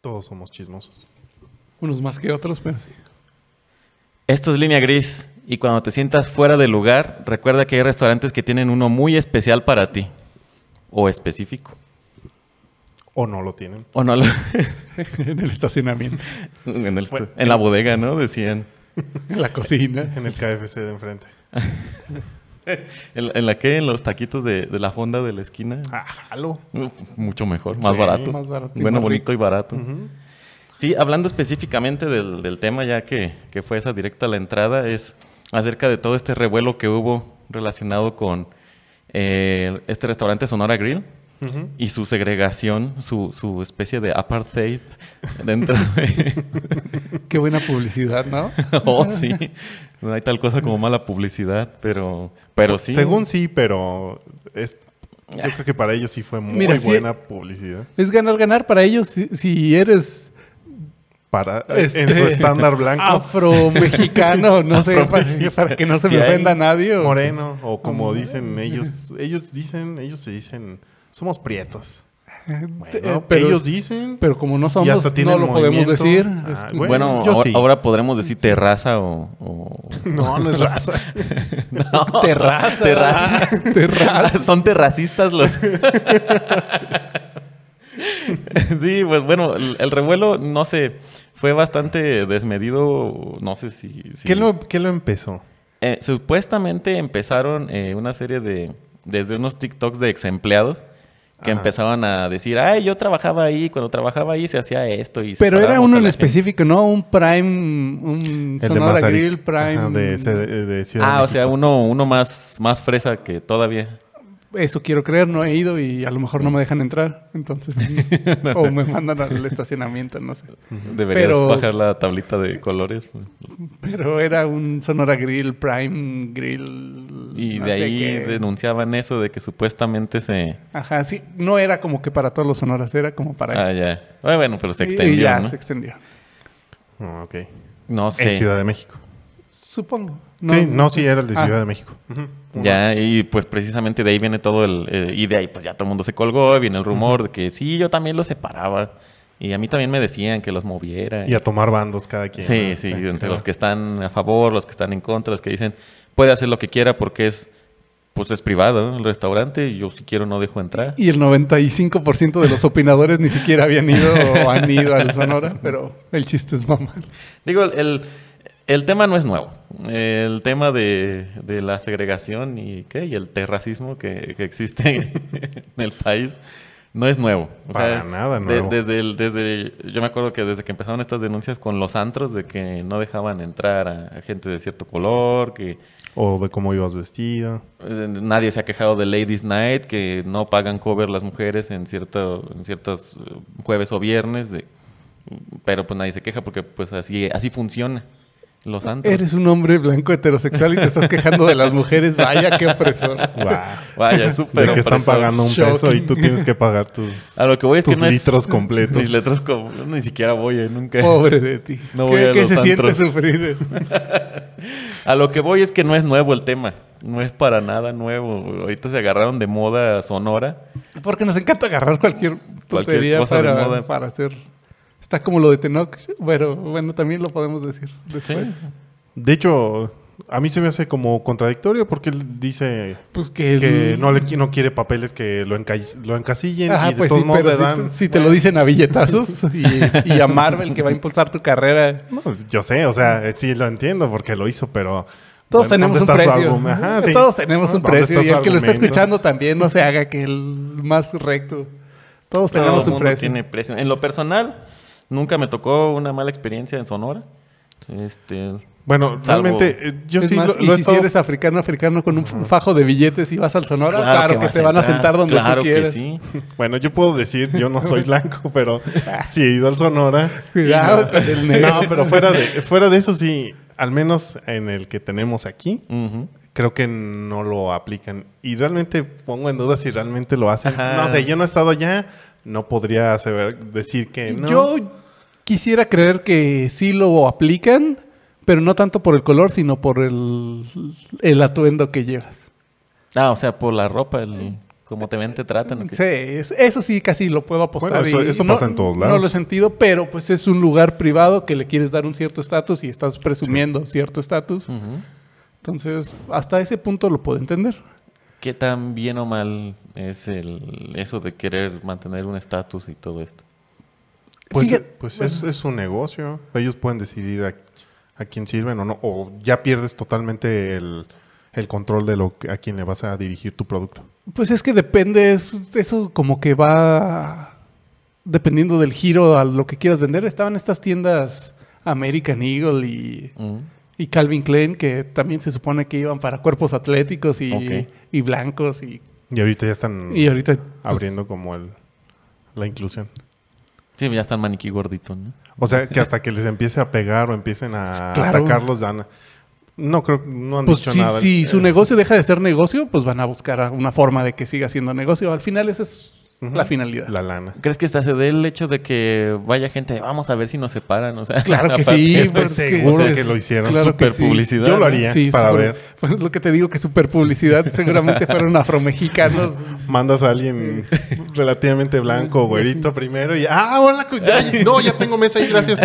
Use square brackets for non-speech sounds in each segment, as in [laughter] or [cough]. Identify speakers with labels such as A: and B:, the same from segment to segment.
A: Todos somos chismosos.
B: Unos más que otros, pero sí. [laughs]
C: Esto es Línea Gris y cuando te sientas fuera del lugar, recuerda que hay restaurantes que tienen uno muy especial para ti. O específico.
A: O no lo tienen.
C: O no lo- [laughs]
B: en el estacionamiento,
C: en, el- en la bodega, ¿no? Decían.
B: en la cocina.
A: En el KFC de enfrente.
C: ¿En, la- en la que? En los taquitos de, de la fonda de la esquina.
A: Ah, jalo.
C: Uf, Mucho mejor, más
A: Sí,
C: barato.
B: más barato y
C: Bueno,
B: más
C: bonito y barato.
A: Ujú.
C: Sí, hablando específicamente del, del tema ya que, que fue esa directa la entrada, es acerca de todo este revuelo que hubo relacionado con eh, este restaurante Sonora Grill
A: Ujú.
C: y su segregación, su, su especie de apartheid dentro de... [laughs]
B: Qué buena publicidad, ¿no?
C: oh, sí. No hay tal cosa como mala publicidad, pero, pero sí.
A: Según sí, pero es- yo creo que para ellos sí fue muy
B: Mira, sí-
A: buena publicidad.
B: Es ganar, ganar para ellos si, si eres
A: Para,
B: Este- ah,
A: En su estándar blanco,
B: afro-mexicano, no sé, para,
C: Afro-mexicano.
B: para que no se
C: Si
B: me
C: hay
B: ofenda a nadie. o- Eh,
A: moreno, o como dicen ellos, ellos dicen, ellos se dicen, somos prietos.
B: Te-
A: Bueno,
B: eh, pero,
A: ellos dicen,
B: pero como no
A: y
B: somos,
A: hasta
B: no
A: tienen
B: lo podemos
A: movimiento.
B: decir.
A: Ah,
B: Es-
A: bueno,
C: Bueno,
A: yo
C: ahora,
A: sí.
C: ahora podremos decir terraza o...
A: [laughs]
C: o-
A: no, no es raza.
C: No.
B: [laughs] Terraza.
C: Terraza.
B: [laughs] Terraza.
C: [laughs] Son terracistas los.
A: [laughs]
C: sí, pues bueno, el, el revuelo, no sé, fue bastante desmedido. No sé si.
A: [laughs]
C: si-
A: ¿Qué, lo, qué lo empezó?
C: Eh, supuestamente empezaron eh, una serie de. Desde unos TikToks de ex empleados que
A: Ajá.
C: empezaban a decir, ay, yo trabajaba ahí, cuando trabajaba ahí se hacía esto. Y
B: Pero era
C: separábamos
B: uno
C: a
B: en
C: la gente".
B: específico, ¿no? Un Prime, un Sonora
A: Mazarik.
B: Grill Prime.
A: Ajá, de, de- de Ciudad
C: Ah,
A: de
C: o sea,
A: México.
C: uno, uno más, más fresa que todavía.
B: Eso quiero creer, no he ido y a lo mejor no me dejan entrar. Entonces, o
C: [laughs]
B: me mandan al estacionamiento, no sé.
C: Deberías
B: Pero-
C: bajar la tablita de colores. pues.
B: Pero era un Sonora Grill Prime Grill.
C: Y
B: no
C: de
B: sé
C: ahí
B: qué.
C: denunciaban eso de que supuestamente se...
B: Ajá, sí. No era como que para todos los Sonoras, era como para.
C: Ah, ya. Ah, Bueno, pero se
B: Y-
C: extendió,
B: Y ya
C: ¿no?
B: se extendió.
A: Ah, ok.
C: No
A: En
C: sé.
A: Ciudad de México.
B: Supongo.
A: Sí, no, sí, era el de
B: Ah.
A: Ciudad de México. Ujú.
C: Ya, y pues precisamente de ahí viene todo el... eh, y de ahí pues ya todo el mundo se colgó, viene el rumor de que sí, yo también los separaba. Y a mí también me decían que los moviera.
A: Y a tomar bandos cada quien.
C: sí,
A: ¿no?
C: sí, entre
A: claro.
C: los que están a favor, los que están en contra, los que dicen puede hacer lo que quiera porque es... Pues es privado ¿no? el restaurante y yo si quiero no dejo entrar.
B: Y el 95% de los opinadores ni siquiera habían ido o han ido al Sonora, pero el chiste es mamá.
C: Digo, el, el, el tema no es nuevo. El tema de, de la segregación y, ¿qué? y el terracismo que, que existe en el país no es nuevo.
A: Para nada
C: de-
A: nuevo.
C: desde el, desde el- yo me acuerdo que desde que empezaron estas denuncias con los antros de que no dejaban entrar a, a gente de cierto color, que
A: O de cómo ibas vestida.
C: eh, nadie se ha quejado de Ladies Night, que no pagan cover las mujeres en, cierto, en ciertos eh, jueves o viernes, de- pero pues nadie se queja porque pues así, así funciona. Los antros.
B: Eres un hombre blanco heterosexual y te estás quejando de las mujeres. Vaya, qué opresor.
C: [laughs]
A: Guau. [laughs]
C: Vaya, es
A: De
C: súper.
A: que están
C: opresor.
A: pagando un
B: Shocking.
A: peso y tú tienes que
C: [laughs]
A: pagar tus,
C: A lo que voy Ah, es que
A: tus
C: no es- [laughs]
A: litros completos. Oh.
C: Mis letras como- ni siquiera voy, eh, nunca.
B: Pobre de ti.
C: No voy
B: ¿Qué,
C: a
B: qué
C: los
B: se siente
C: antros.
A: [laughs]
B: sufrir eso?
C: A lo que voy es que no es nuevo el tema. No es para nada nuevo. Ahorita se agarraron de moda sonora.
B: Porque nos encanta agarrar cualquier
C: Cualquier
B: tontería
C: cosa de
B: para,
C: moda.
B: para hacer. Está como lo de Tenoch, pero bueno, también lo podemos decir después.
C: Sí.
A: De hecho, a mí se me hace como contradictorio porque él dice
B: Pues que,
A: que no, le, qui- no quiere papeles que lo, encais- lo encasillen
B: Ajá,
A: y de
B: pues
A: todos
B: sí,
A: modos
B: pero
A: le
B: si,
A: dan...
B: te- si te lo dicen a billetazos
A: [laughs]
B: y, y a Marvel que va a impulsar tu carrera.
A: No, yo sé, o sea, eh, sí lo entiendo porque lo hizo, pero...
B: Todos
A: bueno,
B: tenemos un
A: ¿dónde está su
B: precio.
A: álbum? Ajá, sí.
B: Todos tenemos un
A: ¿Dónde
B: precio.
A: está
B: Y
A: su
B: el que lo está
A: argumento?
B: escuchando también no se haga que el más recto. Todos
C: Todo
B: tenemos
C: el
B: un
C: mundo
B: precio.
C: tiene precio. En lo personal, nunca me tocó una mala experiencia en Sonora. Este.
A: Bueno,
C: Salvo-
A: realmente, eh, yo
B: Es
A: sí
B: más,
A: lo,
B: y
A: lo he
B: si
A: estado-
B: eres africano, africano con un fajo de billetes y vas al Sonora, claro, que,
C: vas
B: te van a
C: entrar.
B: sentar donde
C: Claro
B: tú quieras.
C: que sí.
A: Bueno, yo puedo decir, yo no
B: [laughs]
A: soy blanco, pero
B: Ah.
A: sí he ido al Sonora.
B: Cuidado
A: [laughs]
B: con el negro.
A: No, pero fuera de, fuera de eso sí, al menos en el que tenemos aquí,
C: Ujú.
A: creo que no lo aplican. Y realmente pongo en duda si realmente lo hacen.
C: Ajá.
A: No sé, yo no he estado allá, no podría saber, decir que no.
B: Yo quisiera creer que sí lo aplican, pero no tanto por el color, sino por el, el atuendo que llevas.
C: Ah, o sea, por la ropa, el como te ven, te tratan. ¿o qué?
B: Sí, es- eso sí casi lo puedo apostar.
A: Bueno, eso-
B: y
A: eso
B: no-
A: pasa en todos lados.
B: No lo he sentido, pero pues es un lugar privado que le quieres dar un cierto estatus y estás presumiendo cierto estatus.
C: Ujú.
B: Entonces, hasta ese punto lo puedo entender.
C: ¿Qué tan bien o mal es el eso de querer mantener un estatus y todo esto?
A: Pues,
B: Fíjate-
A: pues es, es un negocio. Ellos pueden decidir a, a quién sirven o no. O ya pierdes totalmente el, el control de lo que- a quién le vas a dirigir tu producto.
B: Pues es que depende, es, eso como que va dependiendo del giro a lo que quieras vender. Estaban estas tiendas American Eagle y,
C: Ujú.
B: y Calvin Klein que también se supone que iban para cuerpos atléticos y,
C: Ok.
B: y blancos y,
A: Y ahorita ya están
B: y ahorita... pues,
A: abriendo como el, la inclusión.
C: Sí, ya está el maniquí gordito, ¿no?
A: O sea, que hasta que les empiece a pegar o empiecen a
B: Claro.
A: atacarlos, dan. No creo, no han
B: Pues
A: dicho
B: si,
A: nada.
B: si su
A: Eh,
B: negocio deja de ser negocio, pues van a buscar una forma de que siga siendo negocio. Al final esa es
A: Ujú.
B: la finalidad.
A: La lana.
C: ¿Crees que hasta se dé el hecho de que vaya gente, vamos a ver si nos separan? O sea, [laughs]
B: Claro que
C: aparte,
B: sí.
C: esto
A: estoy
C: es
A: seguro
B: pues,
A: que lo hicieron.
B: que
C: super publicidad.
A: Yo lo
C: ¿no?
A: haría. para
B: super-
A: ver.
B: Pues [laughs] lo que te digo que super publicidad seguramente fueron
A: [laughs]
B: afromexicanos.
A: Mandas a
B: [laughs]
A: alguien relativamente blanco, güerito primero y ah, hola, cu-
B: [laughs]
A: ya- no, ya tengo mesa ahí, gracias.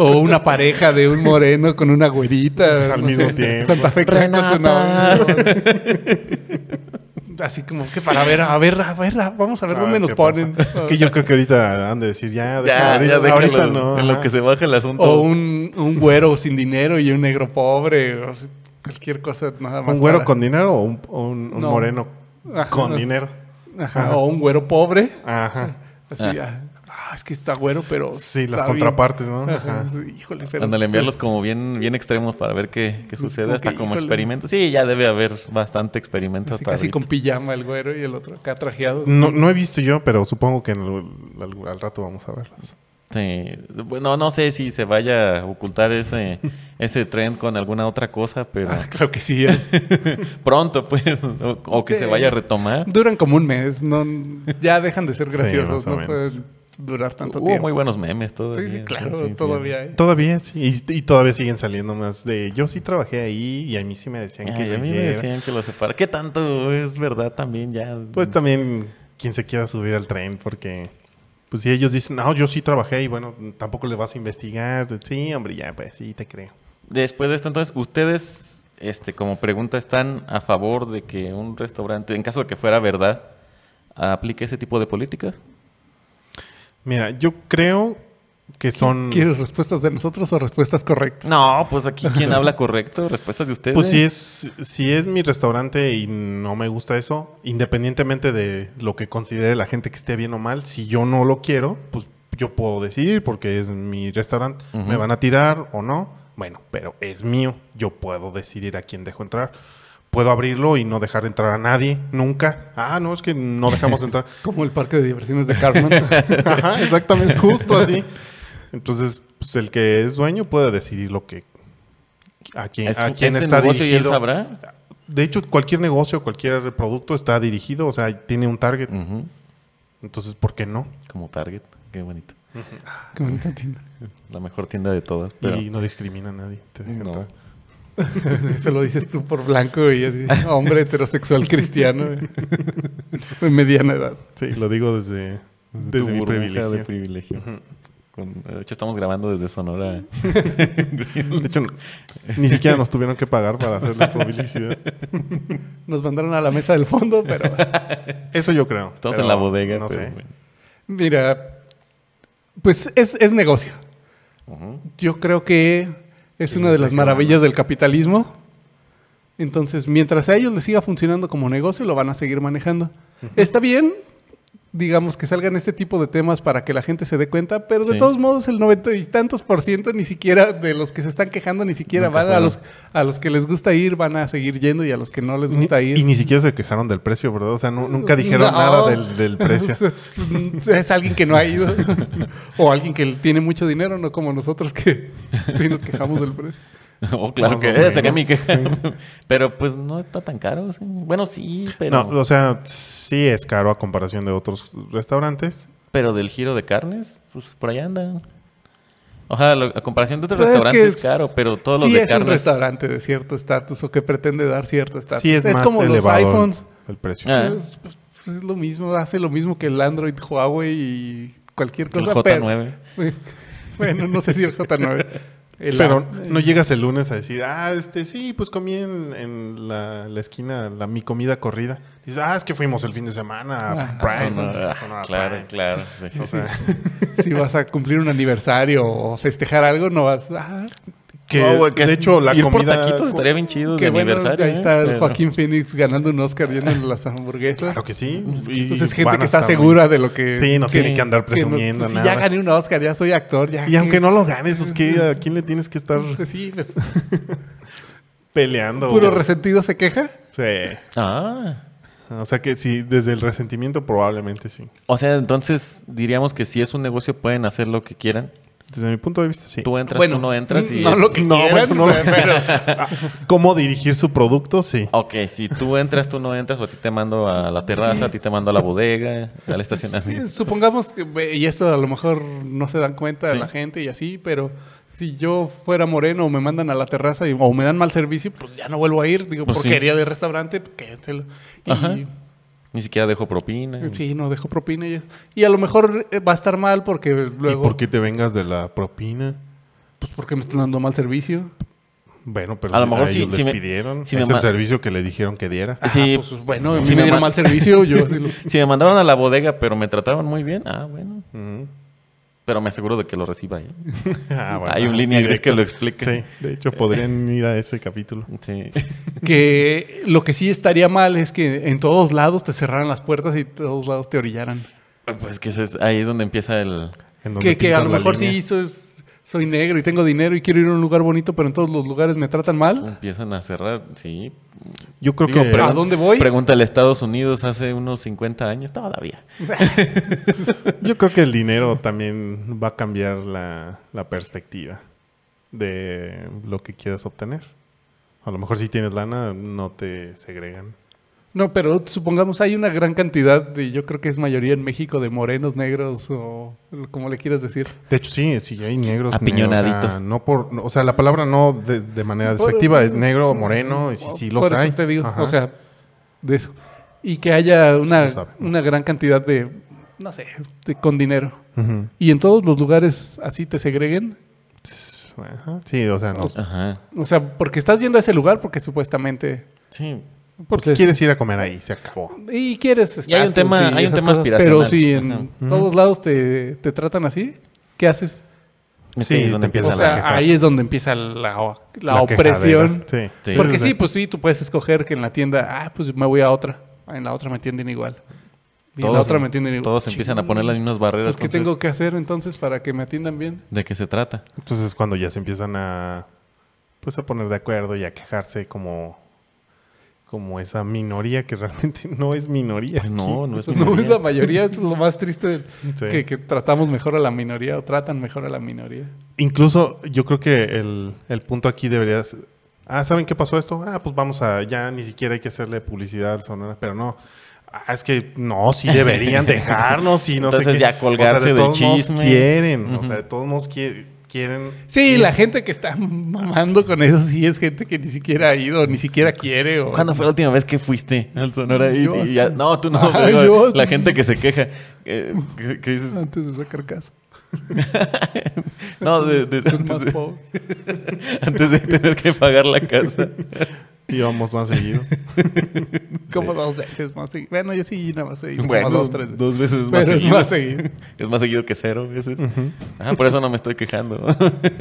B: o una pareja de un moreno con una güerita.
A: Al
B: no
A: mismo
B: sé,
A: tiempo.
B: Santa Fe Crack con su
C: Renata.
B: novio. [laughs] Así como que para ver, a ver, a ver, a- vamos a ver
A: A
B: dónde
A: ver
B: nos
A: qué
B: ponen.
A: pasa. Que yo creo que ahorita han de decir, ya,
C: Ya,
A: déjalo,
C: ya
A: ahorita,
C: déjalo
A: ahorita no.
C: en lo
A: ajá.
C: que se baja el asunto.
B: O un, un güero sin dinero y un negro pobre. O sea, cualquier cosa nada más.
A: ¿Un güero
B: para-
A: con dinero o un, o un- un
B: No.
A: moreno
B: Ajá,
A: con
B: no.
A: dinero?
B: Ajá, o un güero pobre.
A: Ajá.
B: Así,
C: Ah.
B: ah, ah, es que está güero, pero.
A: Sí, las
B: está bien.
A: contrapartes, ¿no?
B: Ajá,
A: Ajá.
B: sí, Híjole, pero.
C: Ándale,
B: sí.
C: enviarlos como bien, bien extremos para ver qué, qué sucede,
B: como
C: hasta
B: que,
C: como
B: híjole.
C: experimento. Sí, ya debe haber bastante experimento
B: Así
C: hasta
B: casi
C: ahorita.
B: con pijama el güero y el otro acá trajeado.
A: No, no he visto yo, pero supongo que en el- al, al rato vamos a verlas.
C: Sí. Bueno, no sé si se vaya a ocultar ese, ese trend con alguna otra cosa, pero
B: Ah, claro que sí. eh.
C: pronto, pues, [laughs] o, o que
B: Sí.
C: se vaya a retomar.
B: Duran como un mes, no, ya dejan de ser
A: Sí, más
B: graciosos,
A: o
B: no
A: menos.
B: pueden durar tanto
C: Hubo
B: tiempo.
C: muy buenos memes
B: sí,
C: todavía.
B: sí, claro,
C: Sí, sí.
B: todavía hay.
A: Todavía sí, y, y todavía siguen saliendo más de yo sí trabajé ahí y a mí sí me decían que
C: Ay,
A: lo
C: a mí me
A: hiciera.
C: decían que lo separa. ¿Qué tanto es verdad también ya?
A: Pues también quien se quiera subir al tren, porque pues si ellos dicen, no, yo sí trabajé y bueno, tampoco le vas a investigar. Sí, hombre, ya, pues sí, te creo.
C: Después de esto, entonces, ustedes, este, como pregunta, ¿están a favor de que un restaurante, en caso de que fuera verdad, aplique ese tipo de políticas?
A: Mira, yo creo que son...
B: ¿Quieres respuestas de nosotros o respuestas correctas?
C: No, pues aquí quien [laughs] habla correcto, respuestas de ustedes.
A: Pues si es, si es mi restaurante y no me gusta eso, independientemente de lo que considere la gente que esté bien o mal, si yo no lo quiero, pues yo puedo decidir porque es mi restaurante,
C: Ujú.
A: me van a tirar o no, bueno, pero es mío, yo puedo decidir a quién dejo entrar. Puedo abrirlo y no dejar entrar a nadie, nunca. Ah, no, es que no dejamos
C: [laughs]
A: entrar.
B: Como el parque de diversiones de Carmen.
A: [laughs] Ajá, exactamente, justo así. Entonces, pues el que es dueño puede decidir lo que a quién,
C: Es-
A: a quién
C: ese
A: está
C: negocio y él
A: dirigido.
C: sabrá.
A: De hecho, cualquier negocio, cualquier producto está dirigido, o sea, tiene un target.
C: Ujú,
A: Entonces, ¿por qué no?
C: Como Target, qué bonito.
B: Qué bonita tienda.
C: La mejor tienda de todas. Pero...
A: Y no discrimina a nadie. te deja
C: No.
A: entrar.
B: Eso lo dices tú por blanco y así, hombre heterosexual cristiano de mediana edad.
A: Sí, lo digo desde,
C: Tu
A: desde mi
C: burbuja
A: privilegio.
C: de privilegio. Con- de hecho, estamos grabando desde Sonora.
A: [laughs] De hecho, ni siquiera nos tuvieron que pagar para hacer la publicidad.
B: Nos mandaron a la mesa del fondo, pero
A: Eso yo creo.
C: Estamos
A: pero
C: en la bodega.
A: No
C: pero
A: sé.
C: bueno.
B: mira, pues es, es negocio.
C: Ujú. [laughs]
B: Yo creo que es
A: Sí,
B: una de las
A: saca
B: maravillas del capitalismo. Entonces, mientras a ellos les siga funcionando como negocio, lo van a seguir manejando. Está bien, digamos, que salgan este tipo de temas para que la gente se dé cuenta, pero de
C: Sí.
B: todos modos el noventa y tantos por ciento ni siquiera de los que se están quejando, ni siquiera
C: Nunca
B: van a
C: fueron.
B: los, a los que les gusta ir, van a seguir yendo y a los que no les
A: Ni-
B: gusta ir.
A: y ni siquiera se quejaron del precio, ¿verdad? O sea, nu- nunca dijeron
B: No. pues,
A: nada
B: [laughs]
A: del, del precio.
B: es alguien que no ha ido. [laughs] o alguien que tiene mucho dinero, no como nosotros que [laughs] sí nos quejamos del precio.
C: Oh, claro
A: Más
C: que
A: o menos,
C: sería mi queja.
A: sí.
C: [laughs] Pero pues no está tan caro. sí. Bueno, sí, pero,
A: No, o sea, sí es caro a comparación de otros restaurantes.
C: pero del giro de carnes, pues por allá anda. Ojalá, lo- a comparación de otros
B: Pero es que
C: restaurantes es,
B: es-
C: caro, pero todos
B: sí
C: los de
B: es un
C: carnes.
B: restaurante de cierto estatus o que pretende dar cierto estatus.
A: Sí es más elevado el-
B: iPhones.
A: el precio.
C: Ah.
B: Es, pues, es lo mismo, hace lo mismo que el Android Huawei y cualquier
C: El
B: cosa. pero-
C: J9.
B: [laughs] bueno, no sé si el J9. El
A: Pero
B: A- eh.
A: no llegas el lunes a decir, ah, este sí, pues comí en, en la, la esquina la, mi comida corrida. Dices, ah, es que fuimos el fin de semana a
B: Ah,
A: Prime,
C: Sonora.
A: a Sonora
C: Claro,
A: [laughs] Prime".
C: claro. sí.
A: O sea,
B: eh, si vas a cumplir un aniversario o festejar algo, no vas. Ah,
A: que,
C: No, güey, que
A: de
C: es-
A: hecho, la
C: ir por
A: comida.
C: taquitos estaría bien chido
B: qué
C: de
B: bueno,
C: aniversario.
B: ahí
C: ¿eh?
B: está el
C: Pero-
B: Joaquín Phoenix ganando un Oscar yéndole las hamburguesas.
A: Claro que sí. y
B: Entonces es gente
A: van a
B: que está
A: estar muy-
B: segura de lo que.
A: Sí, no
B: que-
A: tiene que andar
B: que no-
A: presumiendo
B: pues, si
A: nada.
B: ya gané un Oscar, ya soy actor. Ya
A: y aunque no lo ganes, pues ¿qué, ¿a quién le tienes que estar
B: Pues sí,
A: [laughs]
B: pues,
A: peleando?
B: puro
A: güey?
B: resentido se queja.
A: Sí.
C: Ah.
A: O sea que sí, desde el resentimiento probablemente sí.
C: O sea, entonces diríamos que si es un negocio pueden hacer lo que quieran.
A: Desde mi punto de vista, sí.
C: Tú entras, tú no entras y...
B: No
C: es-
B: lo que
A: No,
B: quieran,
A: bueno, no lo-
B: [laughs] pero-
A: [laughs] Ah,
B: eh.
A: ¿Cómo dirigir su producto? Sí.
C: Ok, si tú entras, tú no entras, o a ti te mando a la terraza, a ti te mando a la bodega, al estacionamiento.
B: ah, Sí, supongamos que, ve, y esto a lo mejor no se dan cuenta
C: Sí.
B: la gente y así, pero si yo fuera moreno o me mandan a la terraza y- o me dan mal servicio, pues ya no vuelvo a ir. Digo,
C: Pues sí.
B: porquería de restaurante, pues, quédenselo. Y
C: Ajá. Ni siquiera dejo propina.
B: Em. sí, no dejo propina y eso. Y a lo mejor eh, va a estar mal porque luego.
A: ¿Y por qué te vengas de la propina?
B: Pues porque me están dando mal servicio.
A: Bueno, pero
C: A lo
A: si
C: mejor sí,
A: ellos
C: sí
A: les
C: me-
A: pidieron.
C: sí me
A: es el
C: ma-
A: servicio que le dijeron que diera.
C: Ah, Sí.
B: pues bueno, a mí
C: Sí
B: me
C: me
B: dieron
C: ma-
B: mal
A: [laughs]
B: servicio. Yo así lo-
C: Si me mandaron a la bodega, pero me trataban muy bien, ah, bueno.
A: Mm.
C: Pero me aseguro de que lo reciba ¿eh? él.
A: [laughs] Ah, bueno,
C: Hay un línea gris
A: directo.
C: que lo explica.
A: Sí, de hecho
C: [laughs]
A: podrían ir a ese capítulo.
C: Sí. [laughs]
B: que lo que sí estaría mal es que en todos lados te cerraran las puertas y todos lados te orillaran.
C: Pues que ese es- ahí es donde empieza el...
A: en donde
B: Que, que a
A: pintan
B: lo
A: la
B: mejor
A: línea.
B: sí soy, soy negro y tengo dinero y quiero ir a un lugar bonito, pero en todos los lugares me tratan mal.
C: Empiezan a cerrar, sí.
A: Yo creo
C: Digo,
A: que
C: pero-
B: ¿A dónde voy?
C: Pregúntale a Estados Unidos hace unos 50 años, todavía.
A: yo creo que el dinero también va a cambiar la, la perspectiva de lo que quieras obtener. A lo mejor si tienes lana no te segregan.
B: [laughs] No, pero supongamos hay una gran cantidad de, yo creo que es mayoría en México, de morenos, negros o como le quieras decir.
A: De hecho sí, sí hay negros.
C: Apiñonaditos.
A: negros, o sea, no por, no- o sea, la palabra no de, de manera
B: Por-
A: despectiva es negro, moreno y sí, sí los
B: Por eso
A: hay.
B: te digo,
A: Ajá.
B: o sea, de eso. Y que haya una,
A: lo sabe.
B: una gran cantidad de, no sé, de- con dinero.
A: Ujú.
B: Y en todos los lugares así te segreguen.
A: Ajá. Sí, o sea, no.
C: Ajá.
B: O sea, porque estás yendo a ese lugar porque supuestamente...
C: Sí.
B: Porque
A: quieres ir a comer ahí, se acabó.
B: Y quieres
C: Y hay un
B: estatus
C: tema- hay un
B: esas
C: tema aspiracional.
B: Pero si en
C: Ajá.
B: todos lados te, te tratan así, ¿qué haces?
A: Sí,
C: es donde
A: te empieza
B: o
C: empieza la...
B: sea,
A: quejadera.
B: ahí es donde empieza la, la
A: La
B: opresión.
A: quejadera. Sí.
C: Sí.
B: Porque
A: o sea,
B: sí, pues sí, tú puedes escoger que en la tienda, ah, pues me voy a otra. En la otra me atienden igual. Y en la
C: Todos-
B: otra me atienden igual.
C: Todos empiezan a poner las mismas barreras.
B: Pues, ¿Qué
C: entonces,
B: tengo que hacer entonces para que me atiendan bien?
C: ¿De qué se trata?
A: Entonces cuando ya se empiezan a pues a poner de acuerdo y a quejarse como como esa minoría que realmente [laughs] no es minoría.
C: Pues no, no es
B: Pues, no es la
C: minoría.
B: mayoría, esto es lo más triste.
A: Sí.
B: Que, que tratamos mejor a la minoría o tratan mejor a la minoría.
A: Incluso yo creo que el, el punto aquí debería ser, ah, ¿saben qué pasó esto? Ah, pues vamos a ya ni siquiera hay que hacerle publicidad al Sonora, pero no. Ah, es que no, sí
C: [laughs]
A: deberían dejarnos y no sé qué.
C: Entonces ya colgarse
A: de
C: del
A: todos modos
C: chisme.
A: quieren, o
C: Ujú.
A: sea, de todos modos qui- quieren
B: Sí, la gente que está mamando con eso sí es gente que ni siquiera ha ido, ni siquiera quiere. O...
C: ¿Cuándo fue la última vez que fuiste al Sonora? Y,
B: Yo-
C: y ya- no, tú no.
B: [laughs] Ay,
C: digo,
B: yo-
C: la gente que se queja. eh, que, que dices, [laughs]
B: Antes de sacar caso.
C: no, de- de-
B: Ser
C: antes,
B: más
C: de,
B: pobre.
C: antes de tener que
B: [laughs]
C: pagar la casa.
A: y vamos más seguido.
B: Como dos veces más. seguido. Bueno, yo sí nada más seguí.
C: Bueno,
B: como dos, tres veces.
C: dos veces más
B: Pero es
C: seguido.
B: más seguido.
C: Es más seguido que cero veces. Ah, por eso no me
B: [laughs]
C: estoy quejando.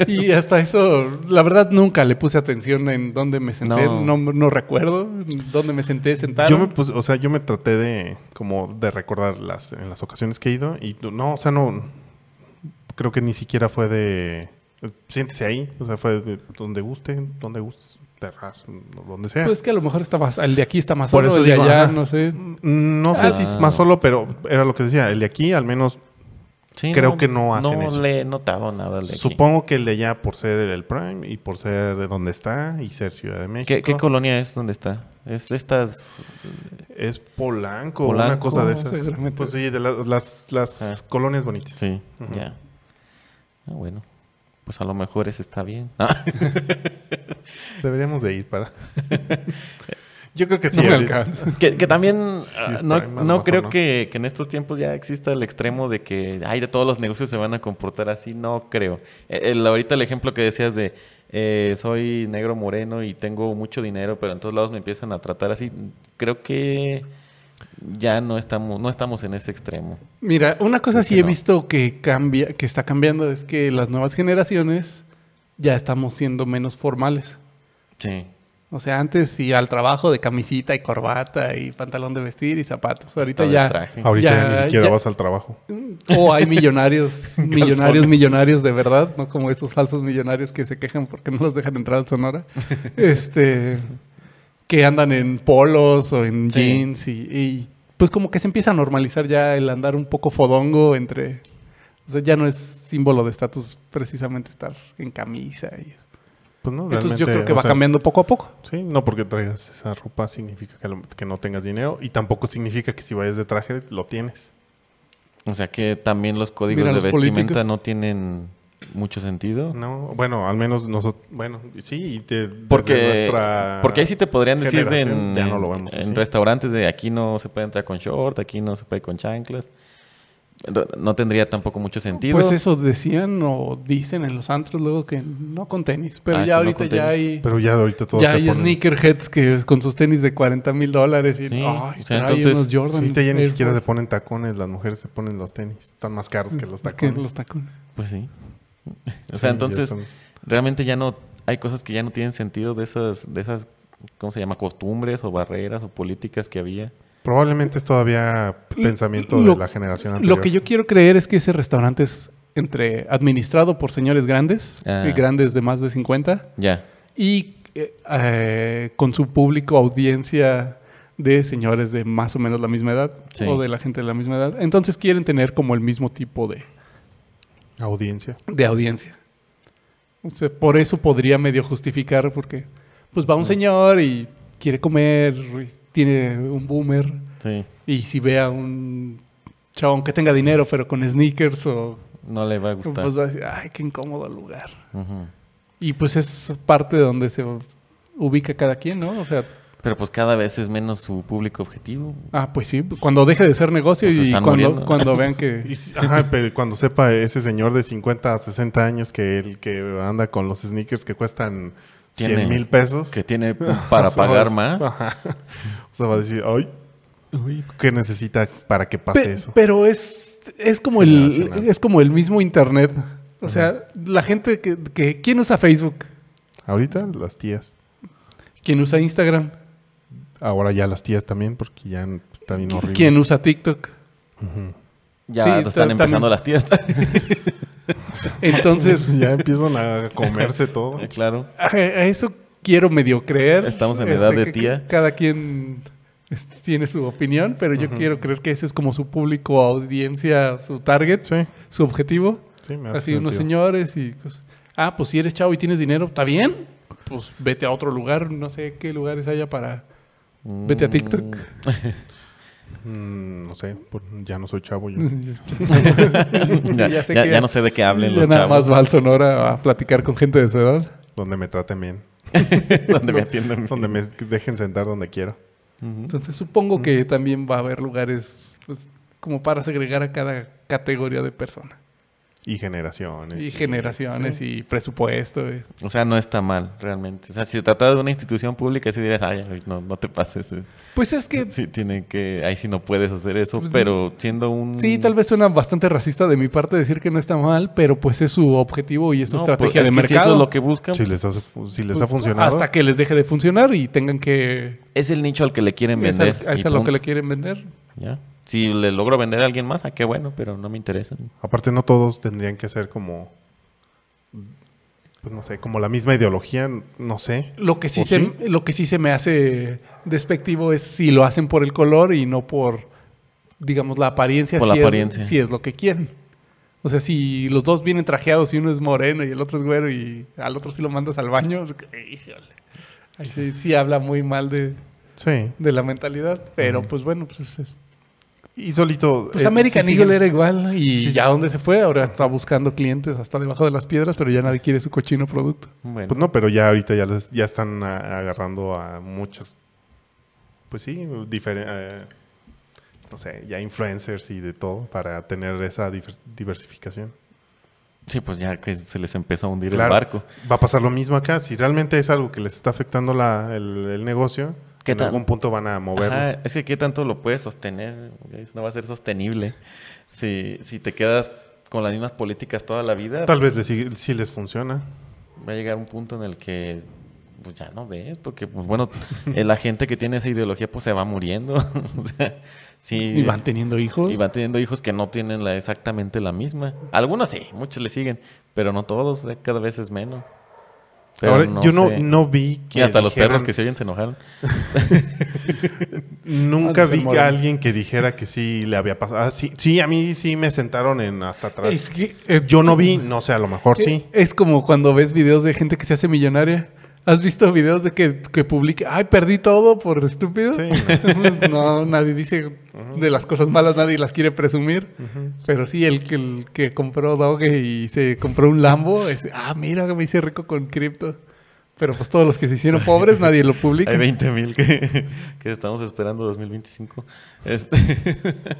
B: Y hasta eso, la verdad, nunca le puse atención en dónde me senté. No,
C: No.
B: no, recuerdo dónde me senté,
A: Yo
B: sentaron.
A: me puse, o sea, yo me traté de como de recordar las en las ocasiones que he ido y no, o sea, no creo que ni siquiera fue de siéntese ahí, o sea, fue de donde guste, donde guste, terraza, donde sea.
B: Pues que a lo mejor está más, el de aquí está más
A: Por
B: solo,
A: eso
B: el de
A: digo,
B: allá,
A: ajá.
B: no sé.
A: Mm, no sé
C: Ah.
A: si es más solo, pero era lo que decía, el de aquí al menos
C: Sí,
A: Creo que no hacen
C: no
A: eso.
C: le he notado nada de aquí.
A: supongo que el de allá por ser el Prime y por ser de donde está y ser Ciudad de México.
C: ¿Qué, qué colonia es donde está? Es de estas...
A: es Polanco, una
C: Polanco,
A: cosa de esas.
B: seguramente.
A: Pues sí, de las las, las
C: Ah.
A: colonias bonitas.
C: Sí,
A: Ujú.
C: ya. Ah, bueno. Pues a lo [laughs] mejor ese está bien. Ah,
B: [laughs]
A: Deberíamos de ir para. Yo creo que sí.
B: no me
A: ahorita-
B: alcanza.
C: Que, que también ah,
A: es
C: no,
A: Prime, a lo
C: no
A: mejor
C: creo
A: no.
C: Que, que en estos tiempos ya exista el extremo de que ay de todos los negocios se van a comportar así, no creo. Eh, el- ahorita el ejemplo que decías de eh, soy negro moreno y tengo mucho dinero, pero en todos lados me empiezan a tratar así, creo que ya no estamos, no estamos en ese extremo.
B: Mira, una cosa
C: Es
B: sí
C: que
B: he
C: no.
B: visto que cambia, que está cambiando, es que las nuevas generaciones ya estamos siendo menos formales.
C: Sí.
B: O sea, antes sí al trabajo de camisita y corbata y pantalón de vestir y zapatos. Ahorita
C: Hasta de
B: ya. Ah.
C: traje.
A: Ahorita ya,
B: Ya,
A: ni siquiera
B: ya.
A: vas al trabajo.
B: [laughs] O Oh, hay millonarios, millonarios,
C: Calzones.
B: millonarios de verdad, no como esos falsos millonarios que se quejan porque no los dejan entrar al Sonora. este, que andan en polos o en
C: Sí.
B: jeans y, y, pues como que se empieza a normalizar ya el andar un poco fodongo entre, o sea, ya no es símbolo de estatus precisamente estar en camisa y eso.
A: Pues no,
B: Entonces yo
A: realmente,
B: creo que
A: o
B: va
A: sea,
B: cambiando poco a poco.
A: Sí, no porque traigas esa ropa significa que, lo- que no tengas dinero y tampoco significa que si vayas de traje lo tienes.
C: O sea que también los códigos
B: Mira,
C: de
B: los
C: vestimenta
B: políticos.
C: no tienen mucho sentido.
A: No, bueno, al menos nosotros, bueno, sí, y de- desde
C: Porque, porque ahí sí te podrían decir de
A: generación
C: en,
A: ya no lo vemos
C: en
A: así.
C: restaurantes de aquí no se puede entrar con short, aquí no se puede con chanclas. No- No tendría tampoco mucho sentido.
B: Pues eso decían o dicen en los antros luego que no con tenis, pero
C: Ah, que
B: ya
C: no
B: ahorita
C: con
B: ya
C: tenis.
B: hay...
A: Pero ya ahorita todo
B: ya
A: se
B: hay
A: ponen-
B: sneakerheads que es con sus tenis de 40 mil dólares y
C: Sí,
B: ay,
C: o sea,
B: trae
C: entonces,
B: unos Eh, Jordan.
A: Ahorita ya ni
B: Air
A: siquiera se
B: Force.
A: ponen tacones, las mujeres se ponen los tenis. Están más caros que los
B: Es
A: tacones.
B: los tacones.
A: [laughs]
C: Pues sí. O
A: Sí,
C: sea,
A: ya
C: entonces
A: están-
C: realmente ya no hay cosas que ya no tienen sentido de esas de esas ¿cómo se llama? costumbres o barreras o políticas que había.
A: Probablemente es todavía
B: L-
A: pensamiento
B: lo-
A: de la generación anterior.
B: Lo que yo quiero creer es que ese restaurante es entre administrado por señores grandes,
C: Ah.
B: y grandes de más de 50,
C: Ya.
B: y eh, eh, con su público audiencia de señores de más o menos la misma edad
C: Sí.
B: o de la gente de la misma edad. Entonces quieren tener como el mismo tipo de,
A: Audiencia.
B: de audiencia. O sea, por eso podría medio justificar, porque pues
C: Mm.
B: va un señor y quiere comer, y tiene un boomer,
C: Sí.
B: y si ve a un chabón que tenga dinero, pero con sneakers, o
C: No le va a gustar.
B: pues va a decir, ay, qué incómodo lugar.
C: Ujú.
B: Y pues es parte de donde se ubica cada quien, ¿no? O sea,
C: Pero pues cada vez es menos su público objetivo.
B: ah, pues sí, cuando deje de ser negocio
C: Pues
B: y
C: están
B: cuando,
C: muriendo.
B: cuando vean
C: [laughs]
B: que...
A: Y si- ajá,
B: [laughs]
A: pero cuando sepa ese señor de 50 a 60 años que el que anda con los sneakers que cuestan 100
C: Tiene-
A: mil pesos. [laughs]
C: Que tiene para
A: o sea,
C: pagar
A: va-
C: más.
A: ajá. O sea, va a decir, ay, ¿qué necesitas para que pase
B: Pe-
A: eso?
B: Pero es, es, como el,
A: Generacional.
B: es como el mismo Internet. O sea, la gente que, que... ¿Quién usa Facebook?
A: Ahorita las tías.
B: ¿Quién usa Instagram?
A: Ahora ya las tías también, porque ya está bien horrible.
B: ¿Quién
A: [laughs]
B: usa TikTok?
C: Ya
B: Sí,
C: están
B: ta- también.
C: empezando las tías.
A: [laughs]
B: Entonces,
A: Ya empiezan a comerse
B: [laughs]
A: todo.
C: claro.
B: a, a eso quiero medio creer. Este,
C: Estamos en edad de
B: que- que
C: tía.
B: Cada quien este, tiene su opinión, pero yo quiero creer que ese es como su público, audiencia, su target,
A: Sí,
B: su objetivo.
A: sí, me hace
B: Así unos
A: sentido.
B: señores y cosas. Ah, pues si eres chavo y tienes dinero, ¿está bien? Pues vete a otro lugar, no sé qué lugares haya para... Vete a TikTok.
C: Mm,
B: [laughs]
A: Mm, no sé, por- ya no soy chavo yo.
C: ya,
B: Ya sé
C: ya-
B: que-
C: ya no sé de qué [laughs] hablen
B: Ya
C: los
B: nada
C: chavos.
B: más va al Sonora a platicar con gente de su edad.
A: Donde me traten bien.
C: [laughs]
A: [laughs]
C: donde me atienden.
A: Donde me dejen sentar donde quiero.
C: Ujú.
B: Entonces supongo que también va a haber lugares pues, como para segregar a cada categoría de persona.
A: Y generaciones.
B: Y generaciones
A: sí.
B: y presupuesto. eh.
C: O sea, no está mal, realmente. O sea, si se trata de una institución pública, sí dirías, ay, ay, no, no te pases. eh".
B: Pues es que sí.
C: Sí, tiene que, ahí sí no puedes hacer eso,
B: Pues,
C: pero siendo un...
B: tal vez suena bastante racista de mi parte decir que no está mal, pero pues es su objetivo y es su
C: No, pues,
B: estrategia
C: es
B: de
C: que si
B: mercado.
C: eso es lo que buscan,
A: Si les, hace fu- si les ha
B: Pues,
A: funcionado.
B: Hasta que les deje de funcionar y tengan que...
C: es el nicho al que le quieren
B: Es, al-
C: vender.
B: es
C: y
B: a lo que
C: punto.
B: le quieren vender.
C: Ya. Si le logro vender a alguien más, ah, qué bueno, pero no me interesa.
A: Aparte, no todos tendrían que ser como. Pues no sé, como la misma ideología, no sé.
B: Lo que sí
A: ¿O
B: se,
A: sí?
B: lo que sí se me hace despectivo es si lo hacen por el color y no por, digamos, la apariencia.
C: Por
B: si
C: la
B: es-
C: apariencia.
B: si es lo que quieren. O sea, si los dos vienen trajeados y uno es moreno y el otro es güero y al otro sí lo mandas al baño, es que, híjole. Ahí sí, sí habla muy mal de,
A: Sí.
B: de la mentalidad, pero pues bueno, pues, es- pues
A: Y solito. es-
B: American
A: sí
B: Eagle
A: siguen-
B: era igual y
A: sí,
B: ya
A: sí.
B: dónde se fue, ahora está buscando clientes hasta debajo de las piedras, pero ya nadie quiere su cochino producto.
C: Bueno.
A: Pues no, pero ya ahorita ya, les- ya están a- agarrando a muchas pues sí, difere- eh, no sé, ya influencers y de todo para tener esa difer- diversificación.
C: Sí, pues ya que se les empezó a hundir
A: Claro.
C: el barco.
A: Va a pasar lo mismo acá. Si realmente es algo que les está afectando la- el, el negocio,
C: ¿Qué
A: en
C: tan-
A: algún punto van a moverlo.
C: Ajá, es que qué tanto lo puedes sostener, güey? no va a ser sostenible. Si, si te quedas con las mismas políticas toda la vida,
A: Tal vez les, sigue- sí les funciona.
C: va a llegar un punto en el que pues ya no ves, porque pues bueno, eh, la gente que tiene esa ideología pues se va muriendo. [laughs] o sea, sí,
B: Y van teniendo hijos.
C: y van teniendo hijos que no tienen la, exactamente la misma. Algunos sí, muchos le siguen, pero no todos, eh, cada vez es menos. Pero
A: Ahora, yo no,
C: sé.
A: no vi que.
C: Y hasta los
A: dijeran-
C: perros que se oyen se enojaron.
A: Nunca
B: Ah, se
A: vi
B: mueren.
A: a alguien que dijera que sí le había pasado. Ah, sí, sí, a mí sí me sentaron en hasta atrás.
B: Es que, eh,
A: Yo no vi, no sé, a lo mejor sí.
B: Es como cuando ves videos de gente que se hace millonaria. ¿Has visto videos de que, que publique, ay, perdí todo por estúpido?
A: Sí,
B: [laughs] no, nadie dice de las cosas malas, nadie las quiere presumir. Pero sí, el que, el que compró Doge y se compró un Lambo, es, ah, mira, me hice rico con cripto. Pero pues todos los que se hicieron pobres, nadie lo publica.
C: Hay 20 mil que, que estamos esperando 2025. Este... [laughs]